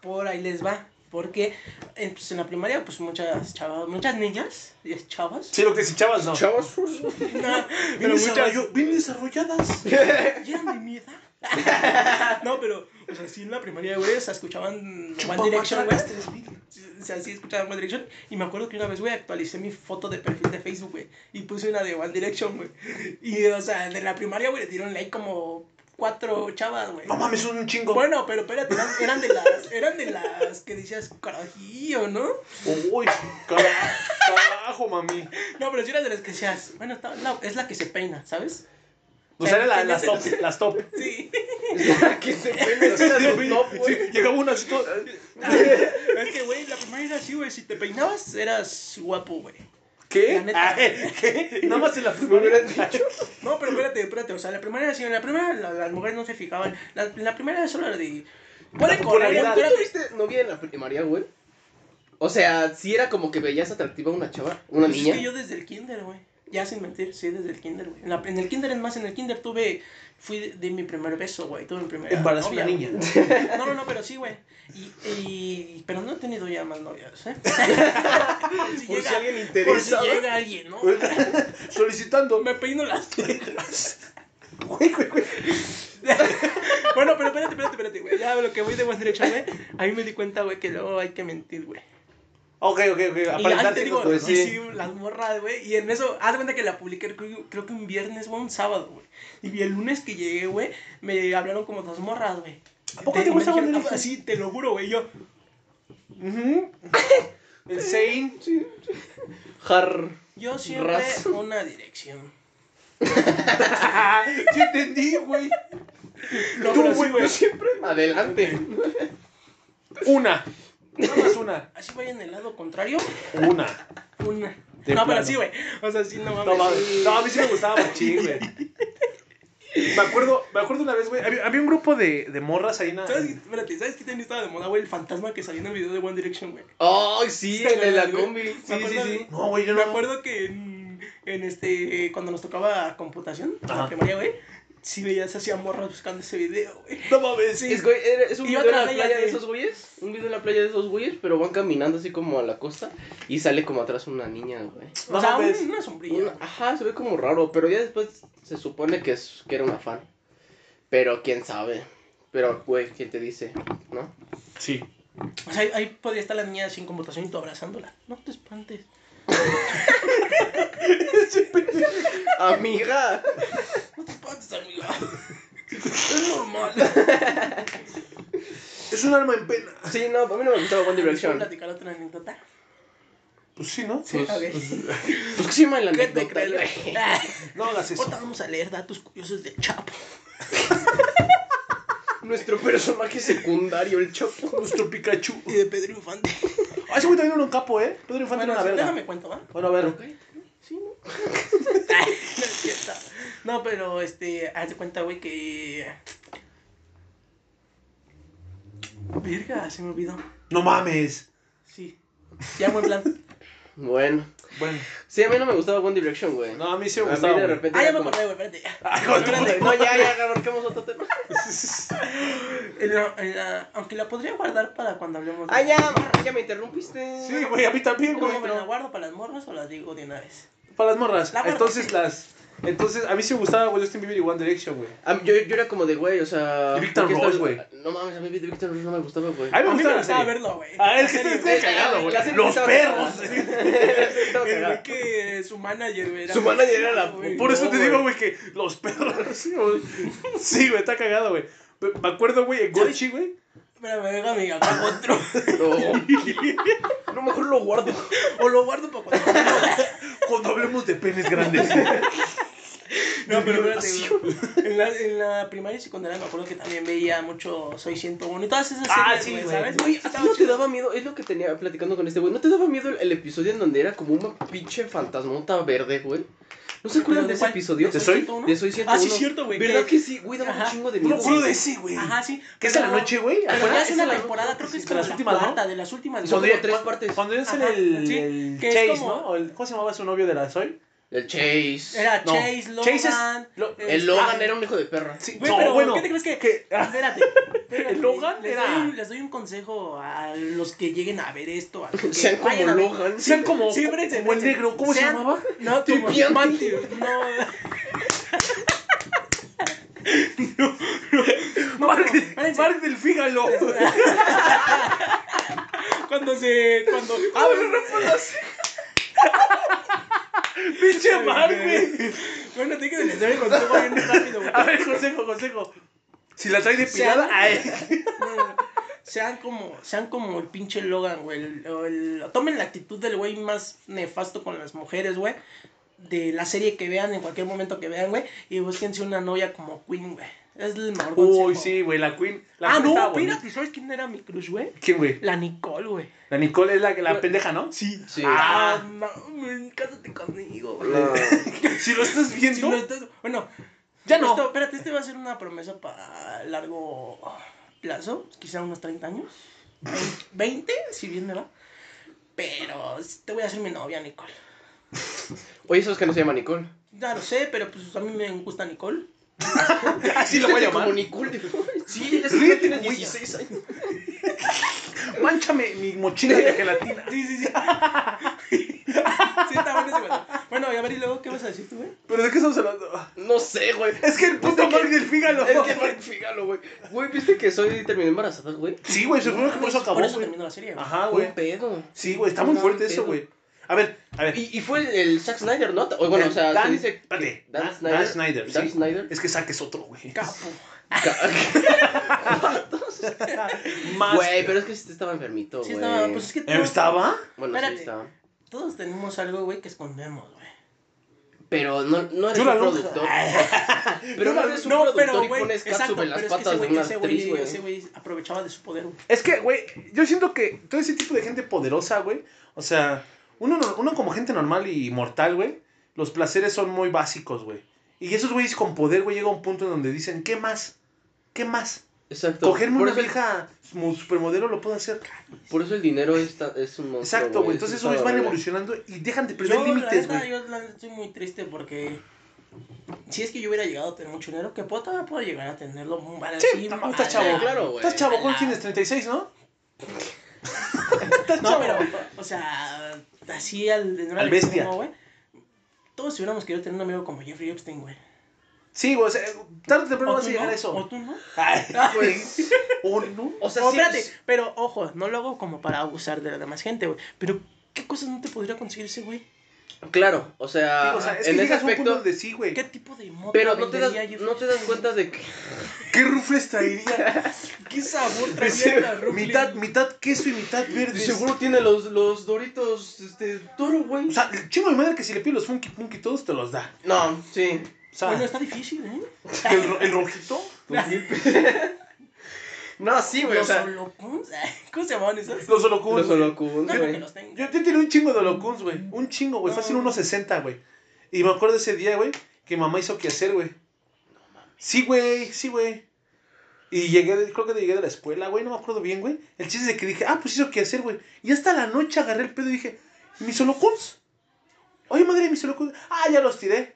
S1: Por ahí les va. Porque eh, pues, en la primaria, pues muchas chavas, muchas niñas, y es chavas.
S2: Sí, lo que sí, chavas, no.
S3: Chavos.
S1: <laughs> No,
S2: <laughs> Bien,
S1: pero muchas,
S2: desarrollo- bien desarrolladas.
S1: ya era de mi edad. no, pero, o sea, sí en la primaria, güey, se escuchaban One Direction, güey. O sea, sí escuchaba One Direction. Y me acuerdo que una vez, güey, actualicé mi foto de perfil de Facebook, güey. Y puse una de One Direction, güey. Y, o sea, de la primaria, güey, le dieron like como cuatro chavas, güey.
S2: <laughs> No mames, son un chingo.
S1: Bueno, pero espérate, eran, eran de las, eran de las que decías carajillo, ¿no?
S2: Uy, cara- carajo, mami.
S1: No, pero si eran de las que decías, bueno, está- no, es la que se peina, ¿sabes?
S2: O sea, eran la- las top, las <laughs> top.
S1: Sí.
S3: que se peine, o sea, los top, güey.
S2: Sí, Llegaba una así todo-
S1: <laughs> es que, güey, la primaria era así, güey. Si te peinabas, eras guapo, güey. La
S2: ¿Qué?
S1: neta.
S2: Ah, ¿Qué? Nada más en la
S3: Me hubieran
S2: primaria.
S3: dicho.
S1: No, pero espérate, espérate. O sea, la primera era así. En la primera la- las mujeres no se fijaban. La, la primera era solo la de... Puede correr,
S2: popularidad.
S1: espérate.
S3: ¿Tuviste novia en la primaria, güey? O sea, si era como que veías atractiva a una chava, una
S1: Pues
S3: niña.
S1: Es que yo desde el kinder, güey. Ya sin mentir, sí, desde el kinder, güey. En, la- en el kinder, es más, en el kinder tuve... Fui de, de mi primer beso, güey. Tuve mi primera
S2: Embarazó
S1: novia,
S2: una niña.
S1: güey. No, no, no, pero sí, güey. Y, y- Pero no he tenido ya más novias, <laughs> ¿eh? por si
S3: Por
S1: llega,
S3: si alguien
S1: por si
S3: interesa.
S1: llega alguien, ¿no?
S2: <laughs> Solicitando.
S1: Me peino las cejas.
S2: Güey, güey, güey.
S1: <laughs> Bueno, pero espérate, espérate, espérate, güey. Ya lo que voy de One Direction, güey. A mí me di cuenta, güey, que luego hay que mentir, güey.
S2: Ok, ok, ok.
S1: Y ahí te
S2: Aparentar
S1: digo,
S2: cosas,
S1: y
S2: ¿no? pues,
S1: sí, las morras, güey. Y en eso, haz de cuenta que la publiqué, creo, creo que un viernes o un sábado, güey. Y el lunes que llegué, güey, me hablaron como dos morras, güey.
S2: ¿A poco
S1: De- y
S2: te
S1: me
S2: gusta One
S1: dijeron, "Ah,
S2: Direction?
S1: Sí, te lo juro, güey. Yo, <laughs>
S2: Ujú. El Zane. <laughs>
S3: Jar.
S1: yo siempre
S3: Ras.
S1: una dirección.
S2: Sí, entendí, güey.
S1: No,
S2: Tú,
S1: pero sí,
S2: güey,
S1: güey.
S2: yo siempre.
S3: Adelante.
S2: Una. Nada más una.
S1: Así vaya en el lado contrario,
S2: Una.
S1: una.
S2: De
S1: no,
S2: plano.
S1: pero sí, güey. O sea, sí, no
S2: No,
S1: mames.
S2: mames. No, a mí sí me gustaba machín, güey. Me acuerdo, me acuerdo una vez, güey. Había, había un grupo de, de morras ahí en la-
S1: ¿Sabes, qué- espérate, ¿sabes qué también estaba de moda, güey? El fantasma que salió en el video de One Direction, güey.
S3: Ay, sí,
S1: Está
S3: el de la
S1: grande,
S3: combi.
S1: güey.
S3: Sí,
S1: Me
S3: sí,
S1: acuerdo
S3: sí.
S1: de-
S2: No, güey, yo no.
S1: Me acuerdo que en, en este, eh, cuando nos tocaba computación, en
S2: Ajá.
S1: la primaria, güey, sí veías así a morras buscando ese video, güey.
S2: No mames, sí.
S3: Es, güey, era- es un
S1: Iba
S3: video en la
S1: atrás de ella,
S3: playa de
S1: sí.
S3: esos güeyes. Un video en la playa de esos güeyes, pero van caminando así como a la costa. Y sale como atrás una niña, güey.
S1: O
S2: No
S1: sea, un-
S2: mames.
S1: una sombrilla.
S3: Una- ajá, se ve como raro, pero ya después se supone que, es, que era una fan. Pero quién sabe. Pero, güey, ¿quién te dice? ¿No?
S2: Sí.
S1: O sea, ahí, ahí podría estar la niña sin computación y tú abrazándola. No te espantes.
S3: Amiga.
S1: No te espantes, amiga. Es normal.
S2: Es un alma en pena.
S3: Sí, no, a mí no me gustaba One
S1: ¿Puedo
S3: Direction.
S1: platicar otra anécdota?
S2: Pues sí, ¿no?
S1: Sí, a ver.
S3: Pues que se llama la
S1: ¿Qué te
S3: anécdota,
S1: crees?
S3: güey.
S1: Ah,
S2: No hagas eso.
S1: Ahorita vamos a leer datos curiosos de Chapo.
S3: Nuestro personaje secundario, el Chapo.
S2: Nuestro Pikachu.
S1: Y de Pedro Infante.
S2: Ah, ese güey también era un capo, ¿eh? Pedro Infante
S1: Bueno,
S2: era una verga.
S1: déjame cuento, ¿va?
S2: Bueno, a ver.
S1: Sí, ¿no? <laughs> no es cierto. No, pero este, haz de cuenta, güey, que. Verga, se me olvidó.
S2: No mames.
S1: Sí. Ya, buen plan.
S3: Bueno.
S2: Bueno.
S3: Sí, a mí no me gustaba One Direction, güey.
S2: No, a mí sí
S3: a
S2: me
S3: mí
S2: gustaba.
S3: de
S2: güey.
S3: repente.
S1: Ah, ya
S3: era
S1: me
S3: como-
S1: acordé, güey, espérate.
S2: Ay, hijo de tu
S1: Espérate.
S3: No, ya, ya, abarquemos otro tema.
S1: En la- en la- eh, ah, aunque la podría guardar para cuando hablemos de.
S3: Ah, ya, ya me interrumpiste.
S2: Sí, güey, a mí también,
S1: ¿Cómo
S2: güey.
S1: me la guardo para las morras o las digo de una vez?
S2: Para las morras.
S1: La guardo,
S2: Entonces,
S1: sí.
S2: las. Entonces, a mí sí me gustaba güey, Justin Bieber y One Direction, güey.
S3: A mí- yo, yo era como de, güey, o sea.
S2: Y Victor
S3: ¿por qué
S2: Ross,
S3: estás-
S2: güey.
S3: No mames, a mí Victor Ross no me gustaba, güey.
S2: A mí
S1: A
S2: me
S1: mí me
S2: gustaba
S1: gustaba
S2: verla.
S1: verlo, güey.
S2: Ah, es que
S1: La serie,
S2: estoy estoy
S3: güey.
S2: cagado, güey.
S3: La serie
S2: Los
S3: estaba
S2: perros. <laughs>
S3: Estaba
S1: El güey
S3: cagada.
S1: que su manager, güey. era-
S3: Su manager era la-
S1: Güey,
S2: Por eso
S3: No,
S2: te
S3: güey.
S2: digo, güey, que los perros. <laughs> Sí, güey, Sí, güey, está cagado, güey. Me- Me acuerdo, güey, en Gucci, güey.
S1: Espérame, venga, amiga, como otro.
S2: <laughs>
S3: No, no, mejor lo guardo.
S1: O lo guardo para cuando.
S2: Cuando hablemos de penes grandes.
S1: No, pero espérate, güey. en la, en la primaria y secundaria me acuerdo que también veía mucho Soy 101 y todas esas series,
S2: Ah, sí,
S1: güey,
S2: güey.
S1: ¿sabes?
S3: Güey, ¿a ti no te daba miedo? Es lo que tenía platicando con este güey. ¿No te daba miedo el, el episodio en donde era como una pinche fantasmota verde, güey?
S5: ¿No se
S1: ¿Pero
S5: acuerdan de
S1: de
S5: ese
S1: cuál?
S5: episodio?
S2: ¿De Soy?
S1: ¿101?
S5: De Soy 101.
S1: Ah, sí, cierto, güey.
S5: ¿Verdad
S1: que-
S5: que sí? Güey, daba un
S1: Ajá.
S5: chingo de
S2: No
S5: miedo.
S2: me acuerdo
S5: güey.
S2: de ese, güey.
S1: Ajá, sí.
S2: Que es a la
S1: Pero-
S2: noche, güey.
S1: Pero
S2: Afuera
S1: ya
S2: es
S1: es
S2: a
S1: en
S2: la-
S1: la temporada, creo que es
S2: de
S1: como
S2: las
S1: la
S2: últimas, ¿no?
S1: cuarta, de las últimas.
S5: Son
S1: güey.
S5: como tres partes.
S2: Cuando ya sale
S1: Ajá,
S2: el,
S1: sí,
S2: el
S1: que es
S2: Chase,
S1: como-
S2: ¿no? O el- ¿Cómo se llamaba su novio de la Soy?
S5: El Chase.
S1: Era
S2: No.
S1: Chase, Logan.
S2: Chase es- eh,
S1: lo-
S5: El Logan era un hijo de perra.
S2: Sí,
S1: Güey,
S2: no,
S1: pero
S2: bueno.
S1: ¿qué te crees que...?
S2: que- ah,
S1: Espérate. espérate,
S2: <laughs> El Logan
S1: les
S2: era-
S1: Doy un, les doy un consejo a los que lleguen a ver esto. A los
S2: <laughs>
S1: que
S5: Sean como
S1: vayan a ver-
S5: Logan.
S2: Sean como,
S1: Sí, espérense,
S2: como el
S1: espérense.
S2: negro. ¿Cómo se
S1: Sean-
S2: llamaba?
S1: No, como
S5: Tripiante.
S1: Matthew, No...
S2: Mark,
S1: pero, espérense.
S2: Mark
S1: <laughs>
S2: del Fígalo. <laughs>
S1: cuando se... Cuando...
S2: Ah, bueno, no puedo hacer. Pinche Mark, güey.
S1: Bueno, te que les doy el consejo bien rápido, güey.
S2: A ver, consejo, consejo. Si la trae ah, de pirada,
S1: Sean-
S2: a él.
S1: No, Sean como, sean como el pinche Logan, güey. el- o el- tomen la actitud del güey más nefasto con las mujeres, güey. De la serie que vean, en cualquier momento que vean, güey. Y búsquense una novia como Queen, güey. Es el mejor consejo.
S2: Uy, sí, güey, la Queen. La
S1: ah,
S2: Queen
S1: no,
S2: estaba bonita.
S1: espérate, ¿sabes quién era mi crush, güey?
S2: ¿Quién, güey?
S1: La Nicole, güey.
S2: La Nicole es la, la pendeja, ¿no?
S1: Sí.
S5: Sí.
S1: Ah, mami, cásate conmigo, güey.
S5: No.
S2: <laughs> Si lo estás
S1: Si
S2: viendo.
S1: no estás- Bueno,
S2: Ya no.
S1: esto- espérate, este va a ser una promesa para largo plazo, quizá unos 30 años. 20, si bien me va. Pero te voy a hacer mi novia, Nicole.
S5: Oye, esos que no se llaman Nicole.
S1: Ya lo sé, pero pues a mí me gusta Nicole. <laughs>
S2: Así ah, lo voy a llamar.
S5: Como Nicole. Sí, ya
S2: Ríete,
S5: tienes
S2: güey.
S5: 16 años.
S2: Manchame mi mochila de gelatina.
S1: Sí, sí, sí. sí, está bueno ese güey. Bueno, y a ver, y luego, ¿qué vas a decir tú, güey?
S2: ¿Pero de qué estamos hablando?
S5: No sé, güey.
S2: Es que el puto Mark del Fígalo.
S5: Es que Frank Fígalo, güey. Güey, ¿viste que soy terminé embarazada, güey?
S2: Sí, güey, seguro que por eso acabó,
S1: Por eso
S2: güey.
S1: terminó la serie, Ah, güey.
S2: Ajá,
S5: Un
S2: güey.
S5: pedo.
S2: Sí, güey, está muy
S5: No,
S2: fuerte
S5: un
S2: eso,
S5: pedo.
S2: güey. A ver, a ver.
S5: Y, y fue el, el Zack Snyder, ¿no? O bueno, o sea,
S2: Dan-
S5: se
S1: <laughs>
S5: dice.
S2: espérate,
S5: Dan
S2: Dan
S5: Snyder.
S2: Dan Snyder,
S5: Dan
S2: sí.
S5: Snyder.
S2: Es que saques otro, güey.
S1: Capo.
S2: Más.
S5: <laughs> Güey, pero es que sí estaba enfermito, güey.
S1: Ah, Sí, estaba, pues es que
S2: Eh,
S1: todos,
S2: ¿Estaba?
S5: Bueno,
S1: Espérate.
S5: sí estaba.
S1: todos tenemos algo, güey, que escondemos, güey.
S5: Pero no, no eres
S2: Yo la
S5: un
S2: lonja.
S1: <laughs>
S5: productor. Pero
S1: No,
S5: no eres un
S1: no,
S5: productor
S1: pero,
S5: y
S1: güey,
S5: pones
S1: exacto,
S5: cápsula en las
S1: pero es que
S5: patas de una
S1: ese güey-
S5: actriz,
S1: Ese
S5: güey.
S1: güey aprovechaba de su poder, güey.
S2: Es que, güey, yo siento que todo ese tipo de gente poderosa, güey. O sea, uno, no- uno como gente normal y mortal, güey. Los placeres son muy básicos, güey. Y esos güeyes con poder, güey, llega un punto en donde dicen, ¿qué más? ¿Qué más?
S5: Exacto.
S2: Cogerme
S5: por
S2: una
S5: eso,
S2: vieja mu- supermodelo lo puedo hacer.
S5: Por eso el dinero está, es un monstruo.
S2: Exacto, güey. Entonces
S5: eso
S2: esos güeyes
S5: está
S2: van
S5: horrible.
S2: evolucionando y dejan de perder
S1: Yo,
S2: límites,
S1: la neta,
S2: güey.
S1: yo la neta, estoy muy triste porque si es que yo hubiera llegado a tener mucho dinero, que puedo, todavía puedo llegar a tenerlo. mm, vale,
S2: Sí,
S1: sí,
S2: tampoco
S1: mm,
S2: estás
S1: vale.
S2: chavo.
S5: Claro, güey.
S2: Estás chavo, ¿cuántos tienes? 36, ¿no?
S1: No, pero, o sea, así al, en
S2: Al
S1: lección,
S2: bestia.
S1: ¿no, güey? Todos hubiéramos querido tener un amigo como Jeffrey Epstein, güey.
S2: Sí, güey. O sea, tarde o temprano
S1: ¿O
S2: vas a
S1: tú
S2: llegar
S1: no?
S2: a
S1: ¿O
S2: eso.
S1: tú no?
S2: Ay,
S1: <laughs>
S5: Güey.
S2: ¿O no?
S5: O sea,
S1: O,
S5: sí-
S1: espérate, pero ojo, no lo hago como para abusar de la demás gente, güey. Pero, ¿qué cosas no te podría conseguir ese güey?
S5: Claro, o sea,
S2: Sí, o sea, es que
S5: Ah, en ese
S2: llegas a un punto
S5: aspecto.
S2: donde sí, güey.
S1: ¿Qué tipo de moto
S5: Pero no te, das, no te das cuenta
S2: <laughs>
S5: de que.
S2: ¿Qué rufles traería? <laughs>
S1: ¿Qué sabor
S2: Dice,
S1: traía la Rufles?
S2: mitad, mitad queso y mitad verde.
S5: Seguro tiene los, los doritos, este, toro, güey.
S2: O sea, el chingo de madre que si le pido los funky punky todos te los da.
S5: No, sí.
S2: O sea,
S1: Bueno, está difícil, ¿eh?
S2: el, ro- el rojito.
S5: No, sí, güey. O
S1: Los
S5: sea,
S1: holocuns, <laughs> ¿Cómo se llamaban esos?
S2: Los holocuns.
S5: los
S2: güey.
S1: No
S5: holocuns,
S1: creo que
S5: güey.
S1: los tenga.
S2: Yo, yo tenía un chingo de holocuns, güey. Un chingo, güey.
S1: No.
S2: Fácil unos 60, güey. Y me acuerdo ese día, güey, que mamá hizo que hacer, güey. Sí, güey, sí, güey. Y llegué, de- creo que llegué de la escuela, güey, no me acuerdo bien, güey. El chiste es de que dije, ah, pues hizo que hacer, güey. Y hasta la noche agarré el pedo y dije, ¿mis holocuns? Oye, madre, mis holocuns. Ah, ya los tiré.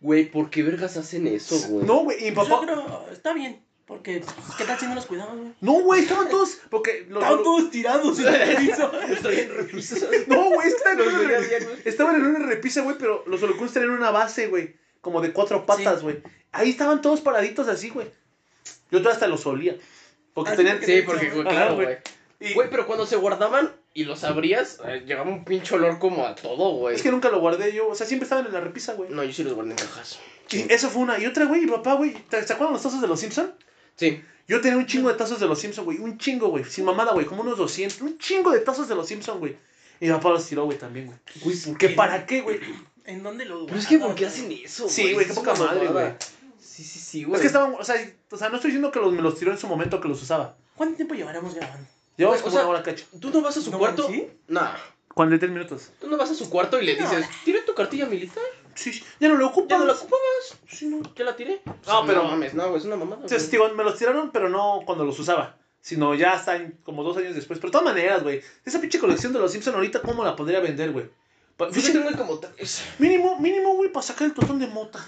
S5: Güey, ¿por qué vergas hacen eso, güey?
S2: No, güey, y mi
S1: Pues yo
S2: papá.
S1: creo, está bien. Porque, pues, ¿qué tal si no los cuidamos, güey?
S2: No, güey, estaban todos. Porque los.
S1: Estaban todos tirados en
S2: <laughs>
S1: el piso.
S5: Estoy en repisas.
S2: No, güey, pues, estaban, en
S5: Los
S2: una
S5: veía
S2: re-
S5: bien, güey.
S2: estaban en una repisa, güey, pero los holocuns tenían una base, güey. Como de cuatro patas,
S1: Sí.
S2: güey. Ahí estaban todos paraditos así, güey. Yo todavía hasta los olía. Porque
S1: Ah,
S2: tenían.
S1: sí,
S5: Sí, porque, güey,
S2: Ajá,
S5: claro,
S2: güey.
S5: güey.
S2: y-
S5: Güey, pero cuando se guardaban y los abrías, eh, llegaba un pinche olor como a todo, güey.
S2: Es que nunca lo guardé yo. O sea, siempre estaban en la repisa, güey.
S5: No, yo sí los guardé en cajas.
S2: Y eso fue una. Y otra, güey, mi papá, güey. ¿Te te acuerdas los tazos de los Simpson?
S5: Sí.
S2: Yo tenía un chingo de tazos de los Simpson, güey. Un chingo, güey. Sin mamada, güey. Como unos 200. Un chingo de tazos de los Simpson, güey. Y mi papá los tiró, güey, también, güey.
S5: Güey, ¿por
S2: ¿Qué para qué, güey?
S1: ¿En dónde lo
S5: Pero es que, ¿por qué hacen eso, güey?
S2: Sí, güey, qué
S5: Es
S2: poca
S5: una
S2: madre,
S5: mamada.
S2: güey.
S5: Sí, sí, sí, güey.
S2: Es que estaban. O sea, o sea, no estoy diciendo que los, me los tiró en su momento que los usaba.
S1: ¿Cuánto tiempo llevaremos grabando?
S2: Llevamos
S5: Güey, o
S2: como
S5: sea-
S2: una hora cacho.
S5: ¿Tú no vas a su
S1: ¿No,
S5: cuarto?
S1: sí?
S5: No.
S2: ¿Cuándo? ¿De 3 minutos?
S5: Tú no vas a su cuarto y le
S1: No.
S5: dices, ¿tira tu cartilla militar?
S2: Sí, sí, ya no lo ocupas.
S5: ¿Ya no la ocupabas?
S2: Sí, no.
S5: ¿Ya la tiré? Ah,
S2: No, pero-
S5: Pues No mames, no, güey, es una mamada.
S2: O sea,
S5: güey.
S2: digo, me los tiraron, pero no cuando los usaba. Sino ya hasta en- como dos años después. Pero de todas maneras, güey. Esa pinche colección de los Simpson ahorita, ¿cómo la podría vender, güey? Pa-
S5: Yo
S2: fíjate, <laughs>
S5: tengo como tres.
S2: mínimo, mínimo, güey, para sacar el totón de mota.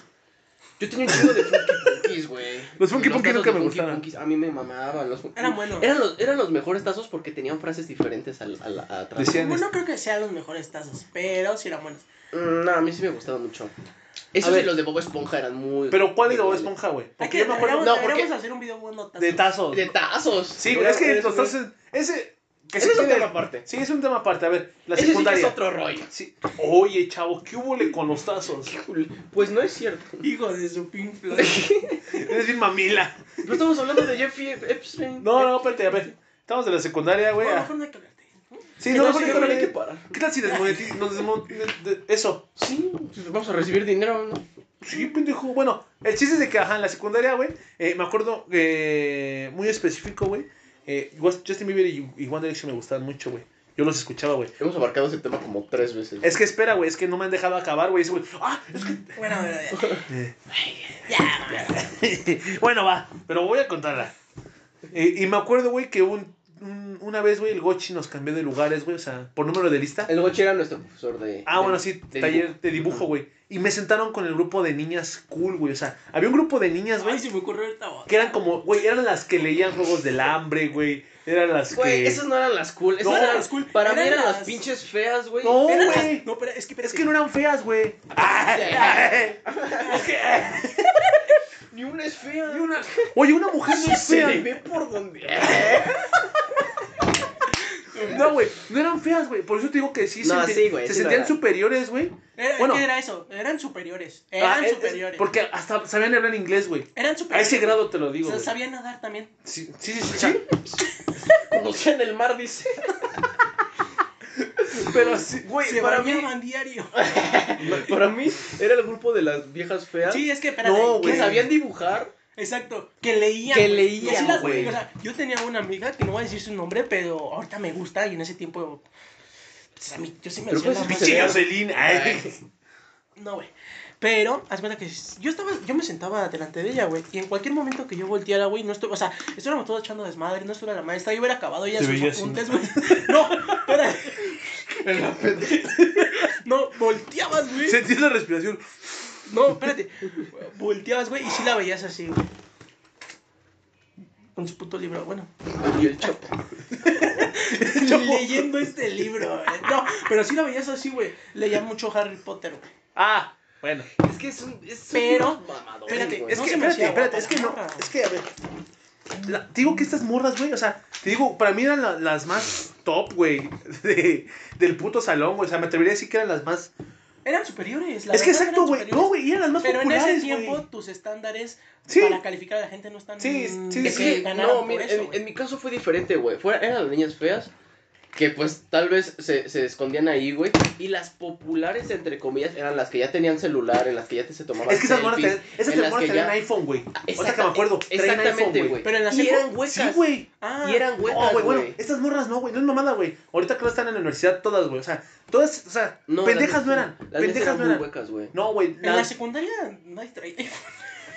S5: Yo tenía un chingo de Funky Punkies, güey.
S2: Los Funky
S5: Los
S2: Punkies
S5: tazos
S2: nunca
S5: de
S2: me
S5: Funky
S2: gustaron.
S5: Punkies, A mí me mamaban los Funky
S1: Eran buenos.
S5: Eran los, eran los mejores tazos porque tenían frases diferentes al, al, a- atrás.
S2: Decían,
S1: Bueno, no creo que sean los mejores tazos, pero sí eran buenos.
S5: Mm, no, a mí sí me gustaban mucho.
S2: A
S5: Esos
S2: ver.
S5: y los de Bob Esponja eran muy.
S2: Pero ¿cuál es la
S5: muy buenos.
S2: esponja, güey?
S1: Hay
S2: Porque
S1: que,
S2: yo me acuerdo
S1: deberíamos,
S5: no, porque-
S1: deberíamos hacer un video bueno tazos.
S2: de tazos.
S5: De tazos.
S2: Sí,
S5: Era-
S2: es que
S5: era-
S2: los tazos. Ese. que
S5: Ese
S2: sí
S5: es un
S2: tiene-
S5: tema aparte.
S2: Sí, es un tema aparte. A ver, la
S5: Ese sí que es
S2: secundaria.
S5: otro rollo.
S2: Sí. Oye, chavo, ¿qué hubo con los tazos? <laughs>
S5: Pues no es cierto.
S1: Hijo de su Pink Floyd.
S2: Eres bien mamila.
S5: No estamos hablando de Jeffy Epstein.
S2: No, no, espérate, a ver. Estamos de la secundaria, güey.
S1: Bueno,
S2: a-
S1: mejor no hay que hablarte.
S2: Sí, no, no,
S5: sí,
S2: no,
S5: no,
S2: no,
S5: hay que
S2: no.
S5: parar.
S2: ¿Qué tal si desmonetizamos? Nos desmon- de- de- Eso.
S5: Sí, pues vamos a recibir dinero, ¿no?
S2: Sí, pendejo. Bueno, el chiste es de que, ajá, en la secundaria, güey, eh, me acuerdo eh, muy específico, güey. eh, Wes- Justin Bieber y, y One Direction me gustaban mucho, güey. Yo los escuchaba, güey.
S5: Hemos abarcado ese tema como tres veces.
S2: Es que espera, güey, es que no me han dejado acabar, güey. Ese güey, ah, es que
S1: Bueno, bueno, ya.
S2: <laughs> bueno, va, pero voy a contarla. Eh, y me acuerdo, güey, que un, un- una vez, güey, el Gochi nos cambió de lugares, güey, o sea, por número de lista.
S5: El Gochi era nuestro profesor de.
S2: Ah,
S5: de-
S2: bueno, sí,
S5: de
S2: taller
S5: dibujo.
S2: de dibujo, güey. Y me sentaron con el grupo de niñas cool, güey. O sea, había un grupo de niñas,
S1: Ay,
S2: güey,
S1: se me ocurrió ahorita. va.
S2: que eran como, güey, eran las que leían Juegos del Hambre, güey. Eran las
S5: Güey,
S2: que...
S5: esas no eran las cool. Esas
S1: No,
S5: eran
S1: las cool.
S5: Para mí
S1: Eran
S5: eran las
S1: las-
S5: pinches feas, güey.
S2: No,
S1: Eran las-
S2: Oh, güey.
S1: No, pero es que,
S2: Es que no eran feas, güey. Es que-
S5: Ni una es fea.
S2: y una- Oye, una mujer no es
S5: Se
S2: fea.
S5: le ve por donde.
S2: No, güey, no eran feas, güey. Por eso te digo que sí
S5: No,
S2: senti-
S5: sí, güey,
S2: se
S5: sí lo
S2: sentían
S5: eran.
S2: superiores, güey.
S1: Era,
S2: Bueno.
S1: ¿Qué era eso? Eran superiores.
S2: Ah,
S1: Eran
S2: es- es-
S1: superiores.
S2: Porque hasta sabían hablar inglés, güey.
S1: Eran
S2: A
S1: superiores.
S2: ese grado te lo digo.
S1: O sea,
S2: güey.
S1: sabían nadar también.
S2: Sí, sí, sí. sí, o sea,
S5: Conocían el
S2: <laughs>
S5: mar, dice.
S2: Pero sí, güey.
S1: Se
S5: para mí-
S1: bañaban diario.
S5: Para mí era el grupo de las viejas feas.
S1: Sí, es que, espérate.
S2: No,
S1: que
S2: güey.
S5: que sabían dibujar.
S1: Exacto, que leían.
S5: Que
S1: güey.
S5: leían,
S1: Así las-
S2: güey.
S1: O sea, yo tenía una amiga que no voy a decir su nombre, pero ahorita me gusta y en ese tiempo. pues, a mí, yo sí me
S5: Pero
S1: hacía
S5: ¿cuál es
S1: la
S5: el
S1: más-
S2: Pinche gasolina. eh.
S5: Ay.
S1: No, güey. Pero, haz cuenta que yo estaba, yo me sentaba delante de ella, güey. Y en cualquier momento que yo volteara, güey, no estoy, o sea, estuviéramos todos echando desmadre, no estuviera la maestra, yo hubiera acabado ya
S2: Te
S1: sus
S2: veía así,
S1: apuntes, güey. <laughs> No, espera, no, volteabas, güey.
S2: <laughs> Sentí la respiración.
S1: No, espérate. Volteabas, güey, y sí la veías así, güey. Con su puto libro, bueno.
S5: Y
S2: <laughs>
S5: el chopo.
S1: leyendo este libro, güey. No, pero sí la veías así, güey. Leía mucho Harry Potter, güey.
S2: Ah, bueno.
S5: Es que es un. Es
S1: Pero-
S5: un mamador,
S1: espérate,
S5: güey.
S2: Es
S1: No
S2: que,
S1: se me
S2: espérate,
S1: hacía guapa
S2: espérate. Es que
S1: la
S2: no.
S1: morra.
S2: Es que, a ver. la- te digo que estas morras, güey. O sea, te digo, para mí eran la- las más top, güey. <laughs> de- del puto salón, güey. O sea, me atrevería a decir que eran las más.
S1: Eran superiores, la
S2: es que
S1: verdad,
S2: exacto,
S1: eran
S2: güey.
S1: superiores.
S2: No, güey. Eran las más
S1: Pero en
S2: populares.
S1: ese tiempo
S2: güey.
S1: tus estándares
S2: Sí.
S1: para calificar a la gente no están
S2: Sí,
S1: mm,
S2: sí,
S1: que
S2: sí.
S1: se ganaron
S5: no,
S1: por
S5: mira,
S1: eso,
S5: en,
S1: güey.
S5: en mi caso fue diferente, güey. Fuera- Eran las niñas feas. Que pues tal vez se, se escondían ahí, güey. Y las populares, entre comillas, eran las que ya tenían celular, en las que ya te- se tomaban.
S2: Es que esas morras
S5: selfies,
S2: tenían, esas
S5: en las
S2: morras
S5: que
S2: tenían
S5: ya-
S2: iPhone, güey. Ahorita que
S5: Exacta-
S2: me acuerdo. traían
S5: Exactamente,
S2: iPhone,
S5: güey.
S1: Pero en la
S5: Y
S1: secu-
S5: eran
S2: Sí,
S5: huecas.
S2: güey.
S1: Ah,
S5: Y eran
S2: No,
S5: huecas,
S2: güey, bueno,
S5: güey.
S2: estas morras no, güey, no es mamada, güey. Ahorita que están en la universidad todas, güey. O sea, todas, o sea,
S5: No,
S2: pendejas
S5: las-
S2: no eran.
S5: Las mías
S2: Pendejas no
S5: muy
S2: eran.
S5: huecas, güey.
S2: No, güey.
S1: en la
S2: las-
S1: secundaria no hay tra- <laughs>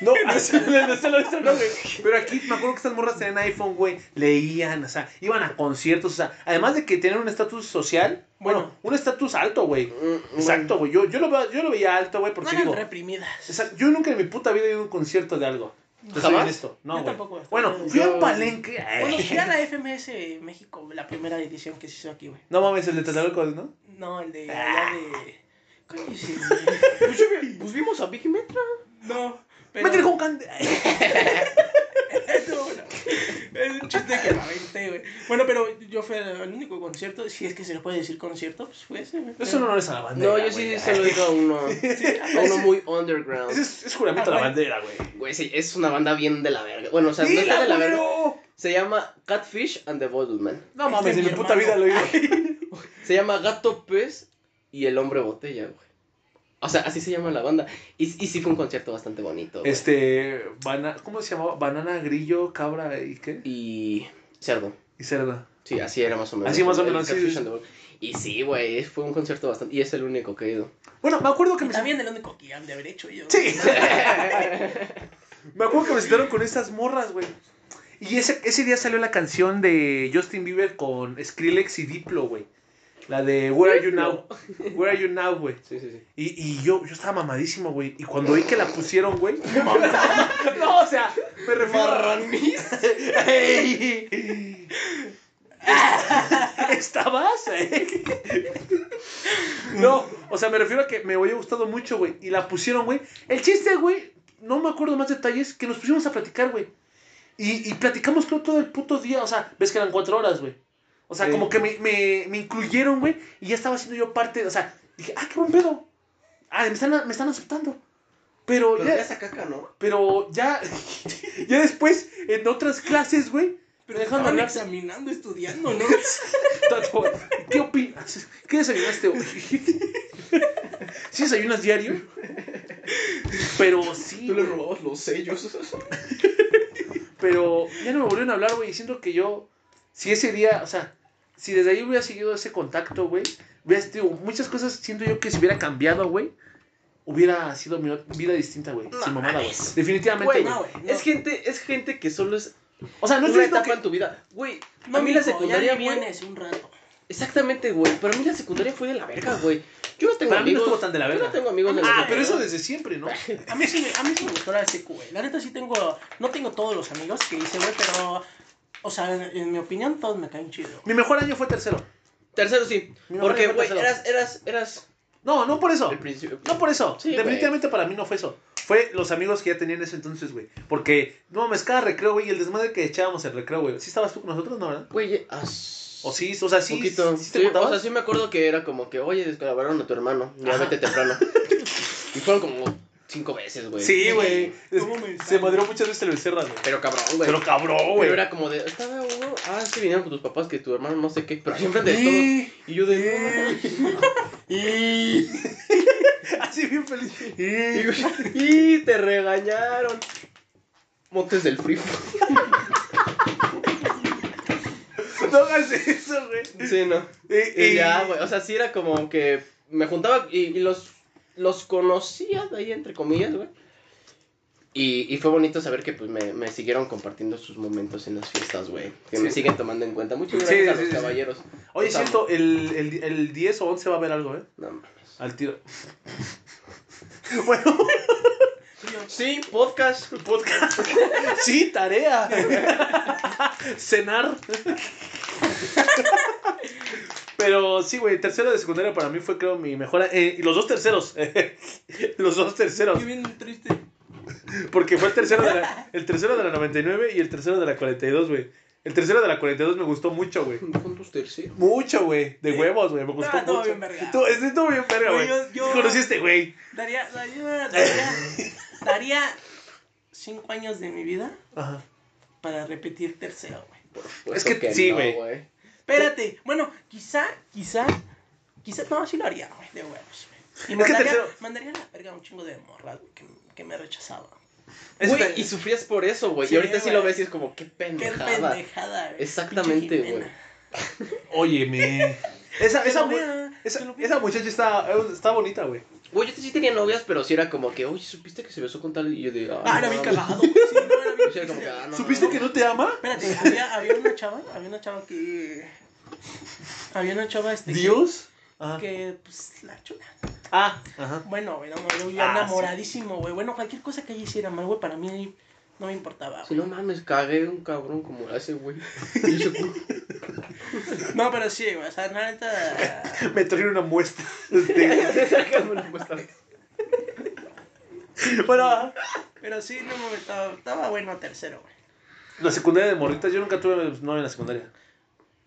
S2: No, así, no, no, solo eso, no, güey. Pero aquí me acuerdo que estas morras tenían iPhone, güey. Leían, o sea, iban a conciertos, o sea, además de que tenían un estatus social, bueno,
S1: Bueno.
S2: un estatus alto, güey.
S5: Mm,
S2: Exacto, güey. Yo, yo, lo veo- yo lo veía alto, güey,
S1: No
S2: porque
S1: eran
S2: digo.
S1: reprimidas.
S2: o sea, yo nunca en mi puta vida he ido a un concierto de algo. Te soy
S5: ¿Jamás?
S2: honesto. No,
S1: Yo
S2: güey.
S1: tampoco.
S2: Bueno,
S1: Yo-
S2: fui a un palenque.
S1: Bueno, fui a la FMS México, la primera edición que se hizo aquí, güey.
S2: No mames, el de Tlatelolco, ¿no?
S1: No, el de
S2: Ah.
S1: allá de. ¿Cómo es ese?
S5: Pues, yo vi- pues vimos a Vicky Metra.
S1: No, pero.
S2: Métele con cande.
S1: No, no. Es un chiste que me aventé, güey. Bueno, pero yo fui al único concierto, si es que se le puede decir concierto, pues fue ese, güey.
S2: Eso no es a la bandera.
S5: No, yo sí
S2: güey.
S5: solo digo a <laughs> uno. A uno muy underground.
S2: Ese es, es juramento a la
S1: Ah,
S2: bandera, güey.
S5: Güey, sí, es una banda bien de la verga. Bueno, o sea, no está
S2: ¡Dila,
S5: de la verga.
S2: culero!
S5: Se llama Catfish and the Bottleman.
S2: No mames,
S1: Este
S2: en
S1: es
S2: mi
S1: mi
S2: puta vida lo
S1: hermano.
S2: digo.
S5: Se llama Gato Pez y el Hombre Botella, güey. O sea, así se llama la banda. Y, y sí fue un concierto bastante bonito. güey.
S2: Este. Bana, ¿Cómo se llamaba? Banana, grillo, cabra y qué?
S5: Y. Cerdo.
S2: Y cerda.
S5: Sí, así era más o menos.
S2: Así más o
S5: El
S2: menos, sí,
S5: Catfish
S2: sí.
S5: and the Wolf. Y sí, güey, fue un concierto bastante. Y es el único que he <laughs> ido.
S2: Bueno, me acuerdo que
S1: Y
S2: me.
S1: también el único que han de haber hecho ellos.
S2: <laughs> Sí. me acuerdo que me sentaron con estas morras, güey. Y ese, ese día salió la canción de Justin Bieber con Skrillex y Diplo, güey. La de Where Are You Now. Where Are You Now, güey.
S5: Sí, sí, sí.
S2: Y, y yo, yo estaba mamadísimo, güey. Y cuando vi que la pusieron, güey. no, o sea, me refiero. a- Ey. ¿Estabas? eh? no, o sea, me refiero a que me había gustado mucho, güey. Y la pusieron, güey. El chiste, güey, no me acuerdo más detalles, que nos pusimos a platicar, güey. Y, y platicamos, creo, todo el puto día. O sea, ves que eran cuatro horas, güey. O sea,
S6: Sí.
S2: como que me, me, me incluyeron, güey. Y ya estaba siendo yo parte. O sea, dije, ah, qué buen pedo. Ah, me están, me están aceptando. Pero,
S5: Pero
S2: ya,
S5: ya esa caca, ¿no?
S2: pero ya, <laughs> ya después, en otras clases, güey,
S1: Pero
S2: me dejaron
S1: estaban
S2: hablar.
S1: examinando, estudiando,
S2: <laughs>
S1: ¿no?
S2: Tanto, ¿Qué opinas? ¿Qué desayunaste hoy? <laughs> ¿Sí desayunas diario? Pero sí,
S5: Tú le
S2: güey,
S5: robabas los sellos.
S2: pero ya no me volvieron a hablar, güey, y siento que yo, si ese día, o sea, si desde ahí hubiera seguido ese contacto, güey, veas, digo, muchas cosas siento yo que si hubiera cambiado, güey, hubiera sido mi vida distinta, güey,
S1: No
S2: sin mamada, güey.
S1: mames.
S2: Definitivamente,
S5: Güey,
S2: güey.
S1: No, güey. no.
S5: Es gente, es gente que solo es
S2: O sea, no estoy
S5: una
S2: diciendo
S5: etapa
S2: que...
S5: en tu vida. Güey,
S1: No,
S5: a mí la secundaria,
S1: ya
S5: güey.
S1: vienes un rato.
S5: Exactamente, güey. Pero a mí la secundaria fue de la verga, güey. Yo no tengo
S2: Para mí no
S5: amigos.
S2: estuvo tan de la
S5: Yo
S2: verga.
S5: no tengo amigos de la
S2: Ah,
S5: secundaria.
S2: pero eso desde siempre, ¿no?
S1: A mí sí, me- a mí sí me gustó la SQ, güey. La neta sí tengo, no tengo todos los amigos que hice, güey, pero, o sea, en, en mi opinión todos me caen chido.
S2: Mi mejor año fue tercero.
S5: Tercero sí.
S2: Mi mamá
S5: Porque,
S2: me
S5: güey,
S2: fue tercero.
S5: eras, eras, eras
S2: No, no por eso.
S5: el principio.
S2: No por eso.
S5: Sí, güey.
S2: Definitivamente para mí no fue eso. Fue los amigos que ya tenía en ese entonces, güey. Porque, no mames, cada recreo, güey, y el desmadre que echábamos en recreo, güey. ¿Sí estabas tú con nosotros, no, verdad?
S5: Güey, ah,
S2: O sí, o sea, sí.
S5: poquito.
S2: sí te
S5: Sí,
S2: juntabas?
S5: o sea, sí me acuerdo que era como que, oye, descalabraron a tu hermano. Ya
S2: Ajá.
S5: vete
S2: <laughs>
S5: temprano. y fueron como cinco veces, güey.
S2: Sí, güey.
S1: ¿Cómo me
S2: Se madrió muchas veces el becerra, güey.
S5: Pero cabrón, güey.
S2: Pero cabrón,
S5: Pero
S2: güey.
S5: era como de, estaba uno, ah, es que vinieron con tus papás, que tu hermano no sé qué, pero siempre de todo.
S2: Y-
S5: Y yo de,
S2: y- <laughs> Así bien feliz.
S5: y,
S2: Y-
S5: <laughs> y te regañaron. Montes del frío.
S2: No hagas eso, güey.
S5: Sí, no.
S2: Y-
S5: Y
S2: y-
S5: ya, güey, o sea, sí era como que me juntaba y, y los, los conocía de ahí, entre comillas, güey. Y, y fue bonito saber que pues me, me siguieron compartiendo sus momentos en las fiestas, güey. Que me
S2: Sí.
S5: siguen tomando en cuenta. Muchas
S2: Sí,
S5: gracias
S2: sí,
S5: a los
S2: sí, sí.
S5: caballeros.
S2: Oye,
S5: Los amo.
S2: siento, el, el, el 10 o 11 va a haber algo, ¿eh?
S5: No mames.
S2: Al tiro. bueno,
S5: Sí, podcast.
S2: podcast. sí, tarea. Cenar. Pero sí, güey, tercero de secundaria para mí fue, creo, mi mejor. eh, y los dos terceros. <laughs> los dos terceros.
S1: Qué bien triste.
S2: Porque fue el tercero de la, el tercero de la 99 y el tercero de la 42, güey. El tercero de la 42 me gustó mucho, güey.
S5: Con tus terceros.
S2: Mucho, güey. De huevos, güey. Me gustó
S1: Ah, estuvo
S2: mucho.
S1: bien verga.
S2: Estuvo- este estuvo bien verga,
S1: Güey,
S2: güey.
S1: yo- yo-
S2: Conocí a este güey.
S1: Daría, daría, daría, daría cinco años de mi vida
S2: Ajá.
S1: para repetir tercero, güey.
S5: Pues,
S2: Es que
S5: ok,
S2: sí,
S5: no,
S2: güey.
S1: Espérate, bueno, quizá, quizá, quizá, no, sí lo haría, güey, de huevos, güey. Y
S2: Es que
S1: mandaría,
S2: tercero-
S1: mandaría a la verga a un chingo de morras, güey, que, que me rechazaban.
S2: Es
S5: Güey,
S2: pe-
S5: y sufrías por eso, güey.
S1: Sí,
S5: y ahorita sí lo
S1: güey.
S5: ves y es como, qué
S1: Qué
S5: pendejada.
S1: pendejada, güey.
S5: Exactamente,
S1: Pinche
S5: güey.
S1: Jimena.
S2: Óyeme. Esa,
S1: Que
S2: esa,
S1: lo
S2: mu-
S1: vea,
S2: esa-
S1: que lo vea.
S2: esa muchacha está, está bonita, güey.
S5: Güey, yo sí tenía novias, pero sí era como que, oye, ¿supiste que se besó con tal? Y yo de,
S1: Ah,
S5: no
S1: era bien
S5: mames".
S1: cagado. güey. Sí, no, era bien
S5: Yo <laughs> era como que, ah, no
S2: ¿Supiste que
S5: mames.
S2: no te ama?
S1: Espérate, había, había una chava, había una chava que. Había una chava este. que-
S2: ¿Dios? Ajá.
S1: Que, pues, la chula.
S2: Ah, ajá.
S1: Bueno, güey, no, güey, yo
S2: Ah,
S1: enamoradísimo, güey. Bueno, cualquier cosa que ella hiciera mal, güey, para mí no me importaba.
S5: Si
S1: güey.
S5: no mames, cagué un cabrón como a ese güey. <laughs> Y yo,
S1: No, pero sí, güey, o sea, la neta.
S2: Me trajeron una muestra.
S1: <laughs>
S2: de- bueno, ah. ajá.
S1: Pero sí, no me estaba, estaba bueno tercero, güey.
S2: la secundaria de morritas, yo nunca tuve novia en la secundaria.
S3: <laughs>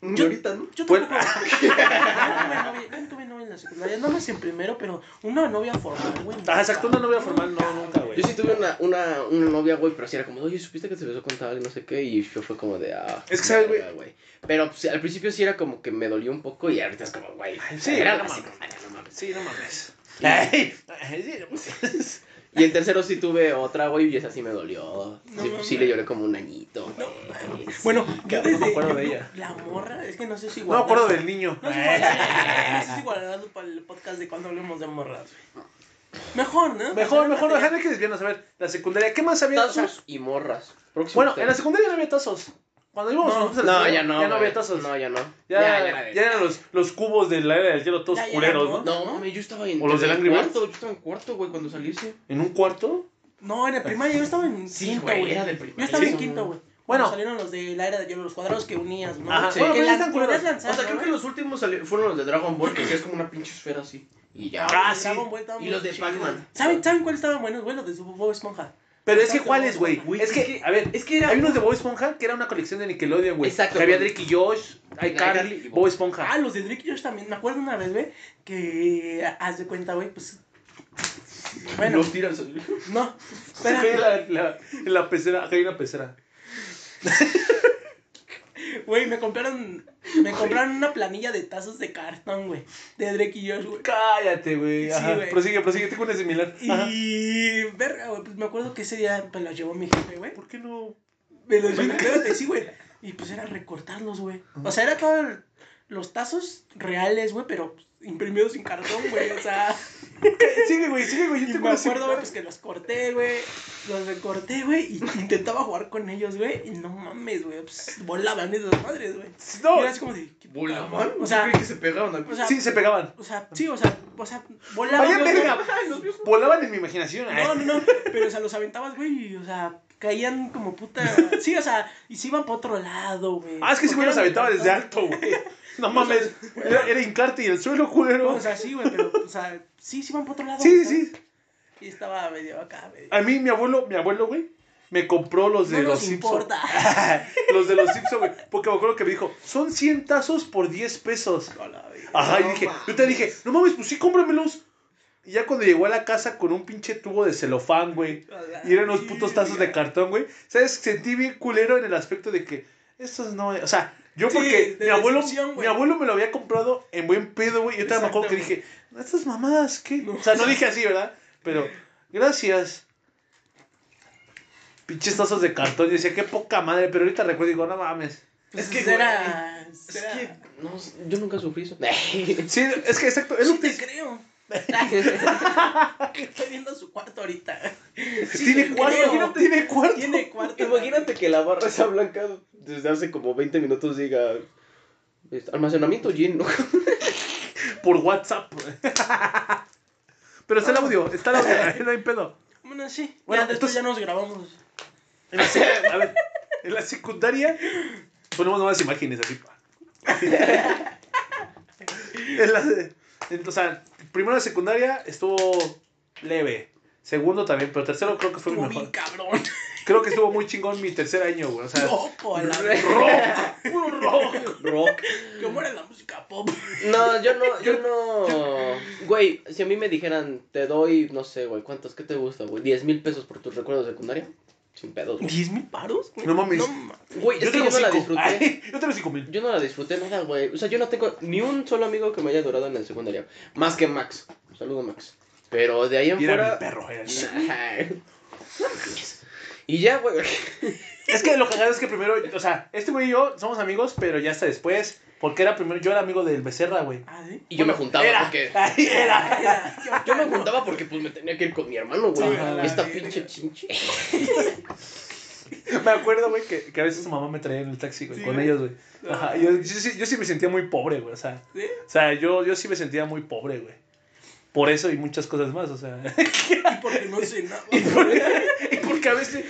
S5: Y ahorita, ¿no?
S1: Yo
S2: Pues-
S1: tampoco. Yo no tuve novia- yo no tuve novia en la secundaria, nada más en primero, pero una novia formal, güey.
S2: Ah, exacto, una novia formal, no, nunca, güey.
S5: Yo sí tuve una, una, una novia, güey, pero sí era como, oye, ¿supiste que se besó con tal? Y no sé qué. Y yo fue como de, ah.
S2: Es que, ¿sabes, güey?
S5: verga, Pero pues, al principio sí era como que me dolió un poco y ahorita es como, güey.
S2: Sí, no
S5: era la
S2: mames.
S5: secundaria, no mames.
S2: Sí, no mames.
S1: pues
S5: Ay,
S2: sí, no mames.
S3: Y el tercero sí tuve otra, güey, y esa sí me dolió.
S1: No
S3: sí,
S1: mames.
S3: sí le lloré como un añito, güey.
S1: Bueno,
S3: Sí.
S1: yo
S2: no me
S1: desde-
S2: acuerdo de
S1: yo-
S2: ella.
S1: La morra, es que no sé si
S2: No me acuerdo
S1: guardarla.
S2: del niño.
S1: No pues sé si guardarla, no sé si guardarla para el podcast de cuando hablemos de morras, güey. Mejor, ¿no?
S2: Mejor, mejor, mejor, hay que desviarnos. A ver, la secundaria, ¿qué más había? O sea,
S3: Tazos y morras. Próximo
S2: bueno,
S3: tema.
S2: en la secundaria no había tazos. Cuando íbamos
S1: No.
S2: nosotros a la
S3: No,
S2: secundaria,
S3: ya no.
S2: Ya no
S3: güey.
S2: había tazos.
S3: No, ya no.
S2: Ya,
S3: era de-
S2: ya eran los, los cubos de la era del hielo todos
S1: Ya, ya
S2: culeros,
S1: no.
S2: ¿no?
S3: No, mami, yo estaba en
S2: ¿O los del
S3: en
S2: Angry Birds?
S3: cuarto, Yo estaba en cuarto, güey, cuando saliste.
S2: ¿En un cuarto?
S1: No, en el primaria yo estaba en
S3: Sí,
S1: quinto,
S3: güey,
S1: güey.
S3: era de
S1: Yo
S3: primaria.
S1: estaba en
S3: Sí.
S1: quinto, güey.
S2: Bueno.
S1: Bueno. Salieron los de la era de hielo, los cuadrados que unías, ¿no?
S2: Ajá.
S3: Sí.
S2: Bueno,
S1: Que
S2: pero ya
S1: la-
S2: están
S1: podías
S2: culeros.
S1: lanzar,
S3: O sea, creo
S1: ¿no?
S3: que los últimos sali- fueron los de Dragon Ball, que es como una pinche esfera así. Y ya.
S2: Ah,
S1: Los
S2: sí.
S1: Dragon Ball estaban
S3: Y los
S1: muy
S3: de
S1: chidos.
S3: Pac-Man.
S1: ¿Saben, ¿Saben cuáles estaban buenos? Bueno, los de Bob Esponja.
S2: Pero es que
S1: Exacto.
S2: cuáles, güey.
S3: Güey,
S2: Es que, a ver,
S3: Es que era.
S2: hay unos de Bob Esponja que era una colección de Nickelodeon, güey.
S3: Exacto,
S2: Que había
S3: güey.
S2: Drake y Josh, hay
S3: Carly
S2: Carly,
S3: y
S2: Bob
S3: Bob
S2: Esponja.
S1: Ah, los de Drake y Josh también. Me acuerdo una vez, güey, que ah, haz de cuenta, güey, pues. Bueno,
S3: Los tiran.
S1: no.
S2: Se
S1: Espera,
S2: cae la, la, la pecera, acá hay una pecera.
S1: güey, me compraron. Me compraron una planilla de tazos de cartón, güey. De Drake y Josh, güey.
S2: Cállate, güey.
S1: Sí,
S2: Ajá.
S1: güey.
S2: prosigue, prosigue, tengo una similar. Ajá.
S1: Y. Verga, güey, pues me acuerdo que ese día me los llevó mi jefe, güey.
S2: ¿Por qué no?
S1: Me los llevé, espérate, sí, güey. Y pues era recortarlos, güey. O sea, era todo el- los tazos reales, güey, pero imprimidos en cartón, güey. O
S2: <laughs>
S1: sea,
S2: Sigue, güey, sigue, güey. Yo
S1: y
S2: tengo
S1: me
S2: una
S1: acuerdo, güey,
S2: similar.
S1: pues que los corté, güey. Los recorté, güey. Y intentaba jugar con ellos, güey. Y no mames, güey. Pues volaban esas madres, güey.
S2: No,
S1: Y era así como de. ¿qué-
S3: ¿Volaban?
S1: O
S3: O
S1: sea-
S3: sea, que se pegaban al
S1: O sea,
S2: sí, se pegaban.
S1: o sea, sí, o sea, o sea, volaban.
S2: Vaya
S1: güey,
S2: verga.
S3: Ay, los míos.
S2: Volaban en mi imaginación. Ah, Ay.
S1: No, no, no. Pero, o sea, los aventabas, güey. Y, o sea, caían como puta. Sí, o sea, y se iban para otro lado, güey.
S2: Ah, es que ese
S1: Porque eran
S2: güey los
S1: de
S2: aventaba desde
S1: cartón.
S2: alto,
S1: <laughs>
S2: güey. No mames. Era, era hincarte y el suelo,
S1: No,
S2: culero.
S1: o sea, sí, güey, pero, o sea, sí, sí van para otro lado.
S2: Sí,
S1: güey,
S2: sí.
S1: ¿sabes? Y estaba medio acá, medio.
S2: A mí, mi abuelo, mi abuelo, güey, me compró los de
S1: no nos
S2: los Simpsons.
S1: importa.
S2: <laughs>
S1: <laughs>
S2: los de los Simpsons, güey. Porque me acuerdo que me dijo, son 100 tazos por 10 pesos.
S1: No, la verga.
S2: Ajá, y
S3: No
S2: dije, yo te
S3: mames.
S2: dije, no mames, pues sí, cómpramelos. Y ya cuando llegó a la casa con un pinche tubo de celofán, güey.
S1: No, la
S2: Y eran unos putos tazos de
S1: verga.
S2: cartón, güey. ¿Sabes? Sentí bien culero en el aspecto de que estos no. O sea, yo
S1: Sí,
S2: porque
S1: de
S2: mi, abuelo,
S1: decepción,
S2: mi
S1: güey.
S2: abuelo me lo había comprado en buen pedo, güey. Yo también me acuerdo que dije,
S1: Exactamente.
S2: "No, estas mamadas, ¿qué?
S1: No.
S2: O sea, no dije así, ¿verdad? Pero, gracias. Pinches tazos de cartón. Yo decía, qué poca madre. Pero ahorita recuerdo y digo, no mames.
S1: Pues
S3: Es que,
S1: será.
S3: Es que. No, yo nunca
S1: <laughs>
S3: sufrí eso.
S2: Sí, es que exacto. Es
S1: Sí
S2: lo
S1: te
S2: que
S1: creo. <laughs> Estoy viendo su cuarto
S2: <laughs>
S1: ahorita.
S2: tiene,
S1: te
S2: cuarto,
S1: creo.
S2: imagínate, tiene cuarto.
S1: Tiene cuarto.
S3: Imagínate que la barra esa blanca desde hace como 20 minutos diga este, almacenamiento lleno.
S2: Por WhatsApp. <laughs> Pero está el
S1: Ah.
S2: audio, está el audio, no hay pedo.
S1: Bueno, sí.
S2: Bueno,
S1: ya, después
S2: entonces-
S1: ya nos grabamos.
S2: En la, sec- a ver, en la secundaria ponemos nuevas imágenes así. <laughs> En la, en- o sea, primero de secundaria estuvo leve. Segundo también, pero tercero creo que fue mi
S1: Estuvo
S2: mejor.
S1: bien cabrón.
S2: Creo que estuvo muy chingón mi tercer año, güey. <laughs> O sea,
S1: Loco, a
S2: <laughs>
S3: <laughs>
S1: la verga.
S2: rock, puro rock.
S3: Rock.
S1: Que muera la música pop.
S3: No, yo no, yo no. Güey, si a mí me dijeran, te doy, no sé, güey, ¿cuántos? ¿Qué te gusta, güey? ¿10 mil pesos por tus recuerdos de secundaria? Sin pedos, güey.
S1: ¿Diez mil paros? güey?
S2: No mames.
S1: mames.
S3: Güey, es que yo no la disfruté.
S2: Ay, yo tengo cinco mil.
S3: Yo no la disfruté nada, güey. O sea, yo no tengo ni un solo amigo que me haya durado en el secundaria. Más que Max. Saludo, Max. Pero de ahí en
S2: Y era mi
S3: fuera.
S2: perro. eh. era-
S3: <laughs> y ya, güey.
S2: Es que lo cagado es que primero, o sea, este güey y yo somos amigos, pero ya hasta después. Porque era primero, yo era amigo del Becerra, güey.
S1: Ah, ¿sí?
S3: Y yo me
S2: Bueno,
S3: juntaba
S2: era,
S3: porque.
S2: <laughs> Ay, era.
S1: <laughs>
S3: Yo me juntaba porque pues me tenía que ir con mi hermano, güey.
S2: Ajá, la
S3: Esta
S1: verga.
S3: pinche chinche.
S2: <laughs> Me acuerdo, güey, que, que a veces su mamá me traía en el taxi, güey,
S1: Sí,
S2: con
S1: güey.
S2: ellos, güey. Ajá, yo, yo, sí- yo sí me sentía muy pobre, güey, o sea.
S1: ¿Sí?
S2: O sea, yo, yo sí me sentía muy pobre, güey. Por eso y muchas cosas más, o sea. <laughs>
S1: Y porque no sé nada.
S2: y porque a veces.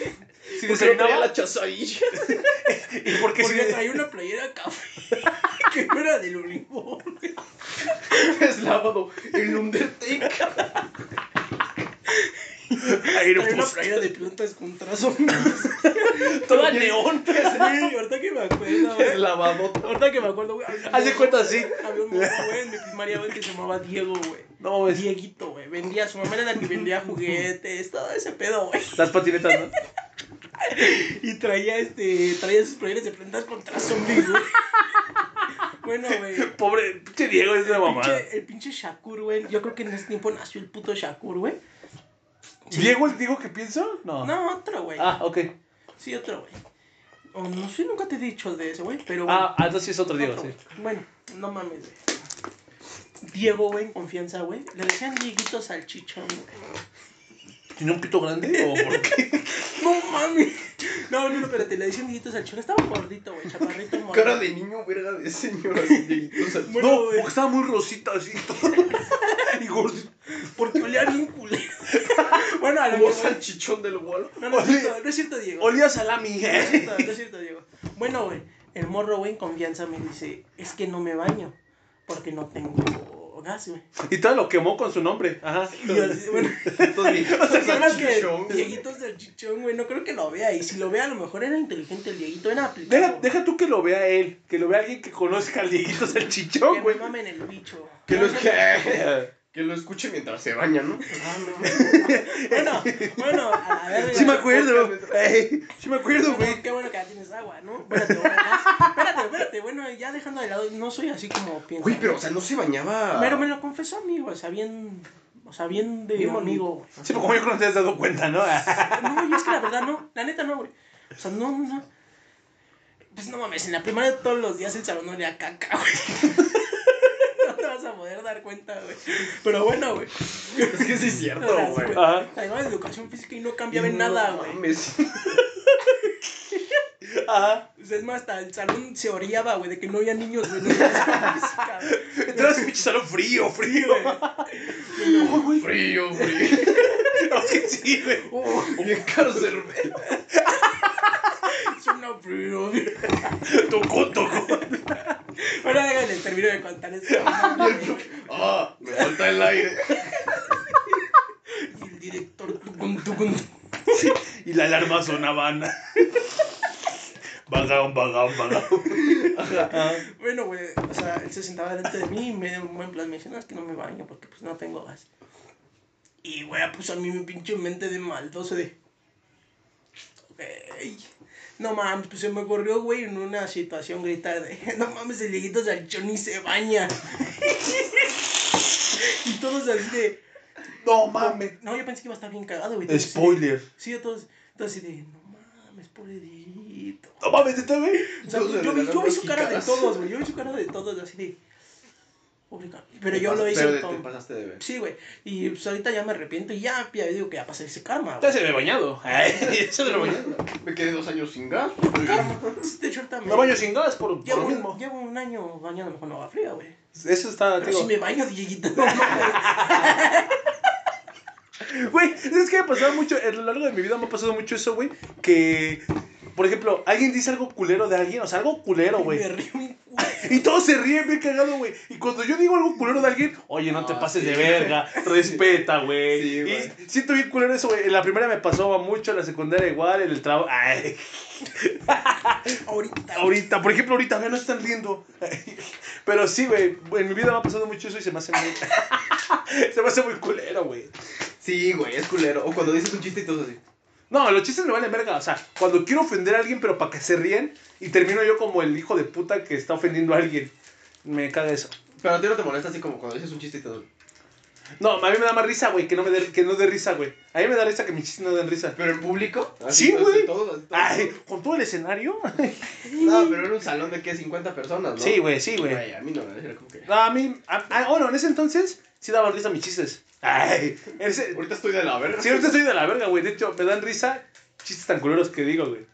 S2: Si
S3: Porque no traía
S2: desayunaba.
S3: la <laughs> chazadilla.
S2: Y porque, si.
S1: Porque <laughs> traía una playera café <laughs> que no era del uniforme.
S3: Es lavado. El Undertaker.
S2: Ay, no,
S1: Traía una
S2: pues,
S1: playera de plantas contra <laughs> zombies.
S2: toda neón.
S1: <laughs> Güey, ahorita que me acuerdo, güey.
S3: Es lavado.
S1: Ahorita que me acuerdo, güey. había un
S2: Haz de
S1: morro,
S2: cuenta, sí.
S1: Había un morro, güey, en mi primaria, güey, que se llamaba Diego, güey.
S2: No,
S1: Pues,
S2: es-
S1: Dieguito, güey. Vendía, su mamá era la que vendía juguetes, todo ese pedo, güey.
S2: Las patinetas, ¿no?
S1: <laughs> Y traía, este, traía sus playeras de plantas contra zombies, güey. <laughs> Bueno, güey.
S2: Pobre, pinche Diego es una mamada.
S1: pinche- el pinche Shakur, güey. Yo creo que en ese tiempo nació el puto Shakur, güey. Sí.
S2: ¿Diego el Diego que pienso? No.
S1: No, otro, güey.
S2: Ah, ok.
S1: Sí, otro, güey. O no sé, nunca te he dicho de ese, güey, pero bueno.
S2: Ah, ah, entonces sí es otro Diego,
S1: Otro,
S2: sí.
S1: güey. Bueno, no mames, güey. Diego, güey, en confianza, güey. Le decían Dieguito Salchichón, güey.
S2: ¿Tiene un pito grande o por qué?
S1: No mames. No, no, no, espérate, le decían Dieguito Salchichón. Estaba gordito, güey, chaparrito, moreno.
S3: Cara de niño, verga de señor. así, Dieguito Salchichón.
S1: Bueno,
S2: no,
S1: güey.
S2: porque estaba muy rosita así todo. <laughs> y gordito.
S1: Porque olía bien culero. bueno, a lo
S3: Como
S1: mejor.
S3: salchichón del Wall.
S1: No, no, es cierto, no es cierto, Diego.
S2: Olía a salami. ¿eh?
S1: No es cierto, no es cierto, Diego. Bueno, güey, el morro, güey, en confianza me dice, es que no me baño, porque no tengo gas, güey.
S2: Y todo lo quemó con su nombre. Ajá.
S1: Y yo, así, bueno,
S3: Entonces,
S1: <laughs>
S3: Dieguito <laughs>
S1: o sea, nada más que
S3: Salchichón, güey.
S1: Dieguito es del chichón, güey, no creo que lo vea, y si lo vea, a lo mejor era inteligente el Dieguito, era aplicado.
S2: Deja, deja tú que lo vea él, que lo vea alguien que conozca al Dieguito
S1: que
S2: Salchichón,
S1: me
S2: güey.
S1: mamen el bicho.
S3: Que lo, que, <laughs> que lo escuche mientras se baña, ¿no?
S1: Bueno, bueno, a la verga.
S2: Sí me acuerdo. Ey, sí me acuerdo,
S1: Bueno,
S2: güey.
S1: Qué bueno que ya tienes agua, ¿no? Espérate, bueno, gas. espérate, espérate. Bueno, ya dejando de lado, no soy así como pienso.
S3: Güey, pero o sea, no se bañaba.
S1: Pero me lo confesó amigo, o sea, bien, o sea, bien de
S3: Bien
S1: amigo. güey.
S2: Sí, pero como yo creo que no te has dado cuenta, <laughs> ¿no?
S1: No, y es que la verdad no, la neta no, güey. O sea, no, no. Pues no mames, en la primaria todos los días el salón olía a caca, güey. <laughs> No te vas a poder dar cuenta, güey. Pero bueno, güey.
S3: Es que sí es
S1: <laughs>
S3: cierto,
S1: Ahora sí,
S3: güey.
S1: güey.
S2: Ajá.
S1: Además de educación física y no cambiaba en nada,
S3: No
S1: güey.
S3: mames.
S2: Ajá.
S1: O sea, es más, hasta el salón se orillaba, güey, de que no había niños, güey. No había educación física, güey.
S2: Entraba ese pinche salón frío, frío. Ojo, güey.
S3: Frío, güey.
S2: <laughs> No, que sí,
S1: <laughs>
S2: güey.
S3: Bien caro cerveza.
S1: Suena frío. Bueno,
S2: Tocó, tocó.
S1: déjenme termino de contar
S3: <laughs>
S1: esto.
S3: Ah, me falta el aire.
S1: Y el director, tucun, tucun.
S2: Y la alarma sonaba. Ana. <laughs> Vagón, vagón, vagón. Ajá.
S1: Bueno, güey, o sea, él se sentaba delante de mí y me dio un buen plan. Me dice, no, es que no me baño porque pues no tengo gas. Y, güey, pues a mí mi pinche mente de maldoso de... Güey, no mames, pues se me ocurrió, güey, en una situación gritar de... <laughs> No mames, el liguito salchón ni se baña. <laughs> y todos así de...
S2: No mames.
S1: No, yo pensé que iba a estar bien cagado, güey. Todos así de-
S2: Spoiler.
S1: Sí, yo todos, todos así de... No mames, pobrecito.
S2: No mames, ¿está güey?
S1: O sea,
S3: Todos
S1: yo, yo vi, yo
S3: le regalaron
S1: vi su cara de
S3: jicaras.
S1: todos, güey. Yo vi su cara de todos, así de. Pobre cabrón. Pero yo lo
S3: Pero
S1: hice
S3: de- te
S1: con.
S3: pasaste de ver.
S1: Sí, güey. Y pues ahorita ya me arrepiento y ya, ya digo que ya pasé ese karma,
S2: Te
S1: güey.
S2: se ve bañado. <laughs> Ay, Se ve bañado.
S3: Me quedé dos años sin gas.
S1: De hecho, ahorita me.
S2: Me baño sin gas por, por lo
S1: llevo,
S2: mismo.
S1: un, llevo un año bañándome con agua fría, güey.
S2: Eso está,
S1: Pero
S2: digo.
S1: si me baño, <laughs> Dieguito. no mames.
S2: Güey, es que me pasaba mucho, a lo largo de mi vida me ha pasado mucho eso, güey, que, por ejemplo, alguien dice algo culero de alguien, o sea, algo culero,
S1: <laughs>
S2: güey.
S1: Me río un culo.
S2: Y todos se ríen bien cagado, güey. Y cuando yo digo algo culero de alguien, oye, no te
S3: Ah,
S2: pases
S3: <laughs> sí.
S2: de verga, respeta, güey.
S3: Sí,
S2: y
S3: güey.
S2: siento bien culero eso, güey. En la primera me pasaba mucho, en la secundaria igual, en el trabajo.
S3: <laughs>
S2: Ay,
S1: Ahorita.
S2: ahorita, por ejemplo, ahorita, ya no están riendo. <laughs> Pero sí, güey, en mi vida me ha pasado mucho eso y se me hace muy. se me hace muy <laughs> culero, güey.
S3: Sí, güey, es culero. O cuando dices un chiste y todo así.
S2: No, los chistes me valen verga. O sea, cuando quiero ofender a alguien, pero para que se ríen, y termino yo como el hijo de puta que está ofendiendo a alguien. Me caga eso.
S3: Pero a ti no te molesta así como cuando dices un chiste y todo.
S2: No, a mí me da más risa, güey, que no me dé, que no dé risa, güey. A mí me da risa que mis chistes no den risa.
S3: Pero en público.
S2: Sí,
S3: todos,
S2: güey.
S3: todos, todos.
S2: Ay, con todo el
S3: <laughs>
S2: escenario.
S3: No, pero era un salón de qué, 50 personas, ¿no?
S2: Sí, güey, sí, güey.
S3: Güey, a mí no me era como que.
S2: No, a mí, a- a- bueno, en ese entonces sí daban risa mis chistes. Ay, ese,
S3: Ahorita estoy de la verga.
S2: sí, ahorita estoy de la verga, güey. De hecho, me dan risa chistes tan culeros que digo, güey.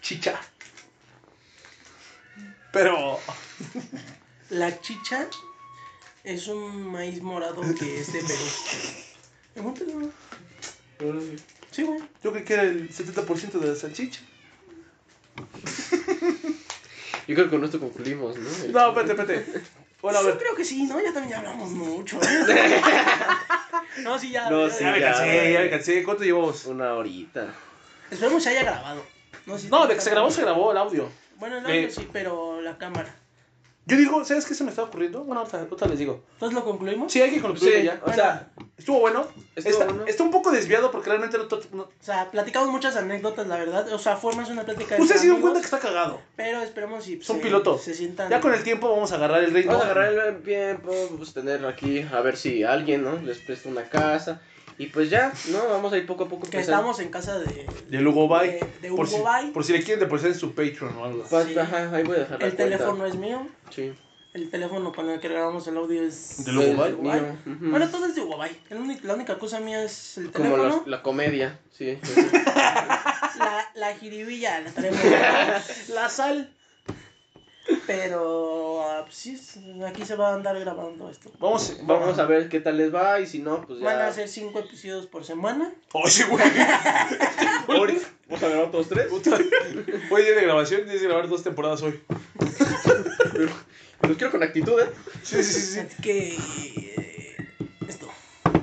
S2: Chicha. Pero,
S1: La chicha es un maíz morado que es de Perú. Pregúntale, Sí, güey.
S2: yo creo que era el 70% de la salchicha.
S3: Yo creo que con esto concluimos, ¿no?
S2: No, espérate, espérate. Bueno, a
S1: Yo
S2: ver.
S1: creo que sí, ¿no? Ya también ya hablamos mucho. ¿eh? <laughs> no, sí, ya.
S3: No,
S1: ya,
S3: sí,
S2: Ya me
S1: ya.
S2: cansé, ya me cansé. ¿Cuánto llevamos?
S3: Una horita.
S1: Esperemos se haya grabado. No, sí,
S2: No, de que se grabó, se grabó el audio.
S1: Bueno, el audio
S2: Eh.
S1: sí, pero la cámara.
S2: Yo digo, ¿sabes qué se me está ocurriendo? Bueno, ahorita, ahorita les digo.
S1: Entonces lo concluimos.
S2: Sí, hay que concluir
S3: Pues Sí,
S2: ya. O
S1: bueno.
S2: sea, estuvo bueno.
S3: Estuvo
S2: está,
S3: bueno.
S2: está un poco desviado porque realmente no. to- no-
S1: O sea, platicamos muchas anécdotas, la verdad. O sea, fue más una plática de.
S2: Ustedes Pues se dieron
S1: amigos,
S2: cuenta que está cagado.
S1: Pero esperemos si.
S2: Es un
S1: se-
S2: piloto.
S1: Se sientan.
S2: Ya con el tiempo vamos a agarrar el ritmo.
S3: Vamos a agarrar el tiempo, vamos a tener aquí, a ver si alguien, ¿no? Les presta una casa. Y pues ya, ¿no? Vamos a ir poco a poco.
S1: Que
S3: empezando.
S1: estamos en casa de.
S2: De Lugo Bay.
S1: De- de
S2: por, si,
S1: Hugo Bay.
S2: por si le quieren depositar en su Patreon o algo.
S3: Pues,
S1: sí.
S3: ajá, ahí voy a dejar la
S1: El
S3: cuenta.
S1: teléfono es mío.
S3: Sí.
S1: El teléfono con el que grabamos el audio es.
S2: ¿De Mm. Lugo Bay?
S1: Lugo Bay.
S3: Mío, Pues, ujú.
S1: Bueno, todo es de Huawei. El único- La única cosa mía es el
S3: Como
S1: teléfono.
S3: los- la comedia,
S1: <laughs>
S3: sí.
S1: La, la jiribilla la
S2: <laughs>
S1: traemos. la sal. Pero ah, pues, sí, es- aquí se va a andar grabando esto.
S2: Vamos,
S3: Vamos a ver qué tal les va y si no, pues ya.
S1: Van a ser cinco episodios por semana.
S2: Oye, güey.
S3: Ahorita, Vamos a grabar todos tres.
S2: Puta. Hoy día de grabación tienes que grabar dos temporadas hoy.
S3: Pero Los quiero con actitud, ¿eh?
S2: Sí, sí, sí. sí.
S1: Así que. eh, esto.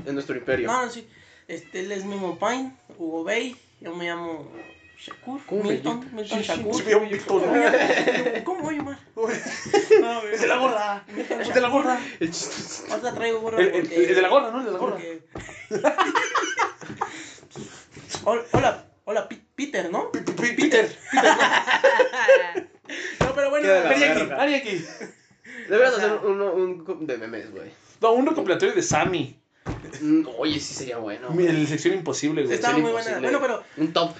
S3: En nuestro imperio.
S1: No, no, sí. Este, él es Mimo Pine, Hugo Bay. Yo me llamo Shakur.
S3: ¿Cómo
S1: Milton,
S3: Bellito?
S1: Milton
S2: Sí, sí,
S1: Shakur.
S2: sí, veo un Milton.
S1: ¿Cómo voy a- ¿Cómo voy a
S2: <laughs>
S1: llamar?
S2: El de la gorra.
S1: Milton
S2: El de la gorra.
S3: El chiste es-
S1: <laughs> Ahorita traigo gorra.
S2: El, el-
S1: porque-
S2: el de la gorra, ¿no? El de la gorra.
S1: porque- <laughs> Hol- hola, hola, Pi- Peter, ¿no?
S2: P- P- Peter.
S1: No, pero bueno,
S3: Queda la
S2: Ari
S1: Ariaki.
S2: aquí,
S3: verga.
S2: Ari aquí.
S3: Deberías
S1: O sea-
S3: hacer uno, un co- de memes, güey.
S2: No, un recopilatorio de Sammy.
S3: Mm, Oye, sí sería bueno. güey.
S2: Mira, la sección imposible, güey.
S1: Está
S3: Sería
S1: muy buena.
S3: imposible.
S1: Bueno,
S3: Un top.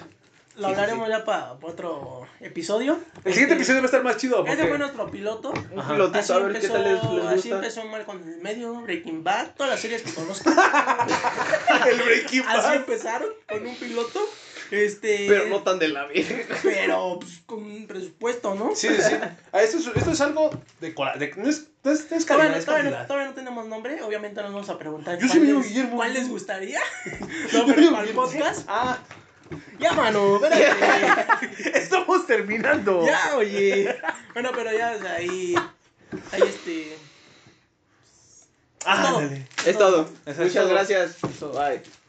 S1: lo
S3: Sí,
S1: hablaremos ya para otro episodio.
S2: El siguiente episodio va a estar más chido. Porque...
S1: Ese fue nuestro piloto.
S3: Un
S2: Ajá.
S3: pilotazo,
S1: Así
S3: a ver Pues qué
S1: empezó,
S3: tal les, les
S1: así
S3: gusta.
S1: empezó mal con el medio, Breaking Bad, todas las series que
S3: <laughs>
S1: conozco.
S2: el Breaking
S1: así
S2: Bad.
S1: empezaron con un piloto. Este.
S3: Pero no tan de la vida.
S1: pero, pues, con un presupuesto, ¿no?
S2: Sí, sí, sí. Ah, esto, es, esto es algo de, cora- de- no es, no es, no es
S1: Todavía,
S2: calidad, es
S1: no, todavía no-
S2: calidad.
S1: todavía no tenemos nombre, obviamente no nos vamos a preguntar
S2: Yo sí
S1: cuál
S2: me llamo
S1: les-
S2: Guillermo.
S1: cuál les
S2: <laughs>
S1: gustaría.
S2: Yo
S1: No,
S2: me
S1: pero
S2: llamo
S1: para el
S2: Guillermo.
S1: podcast.
S2: Ah,
S1: Ya, mano, espérate.
S2: estamos terminando.
S1: ya, oye. Bueno, pero ya, o sea, ahí. Ahí este.
S2: Ah,
S1: todo.
S2: dale.
S3: Es todo.
S2: Es
S3: Muchas
S2: todo.
S3: gracias. Bye.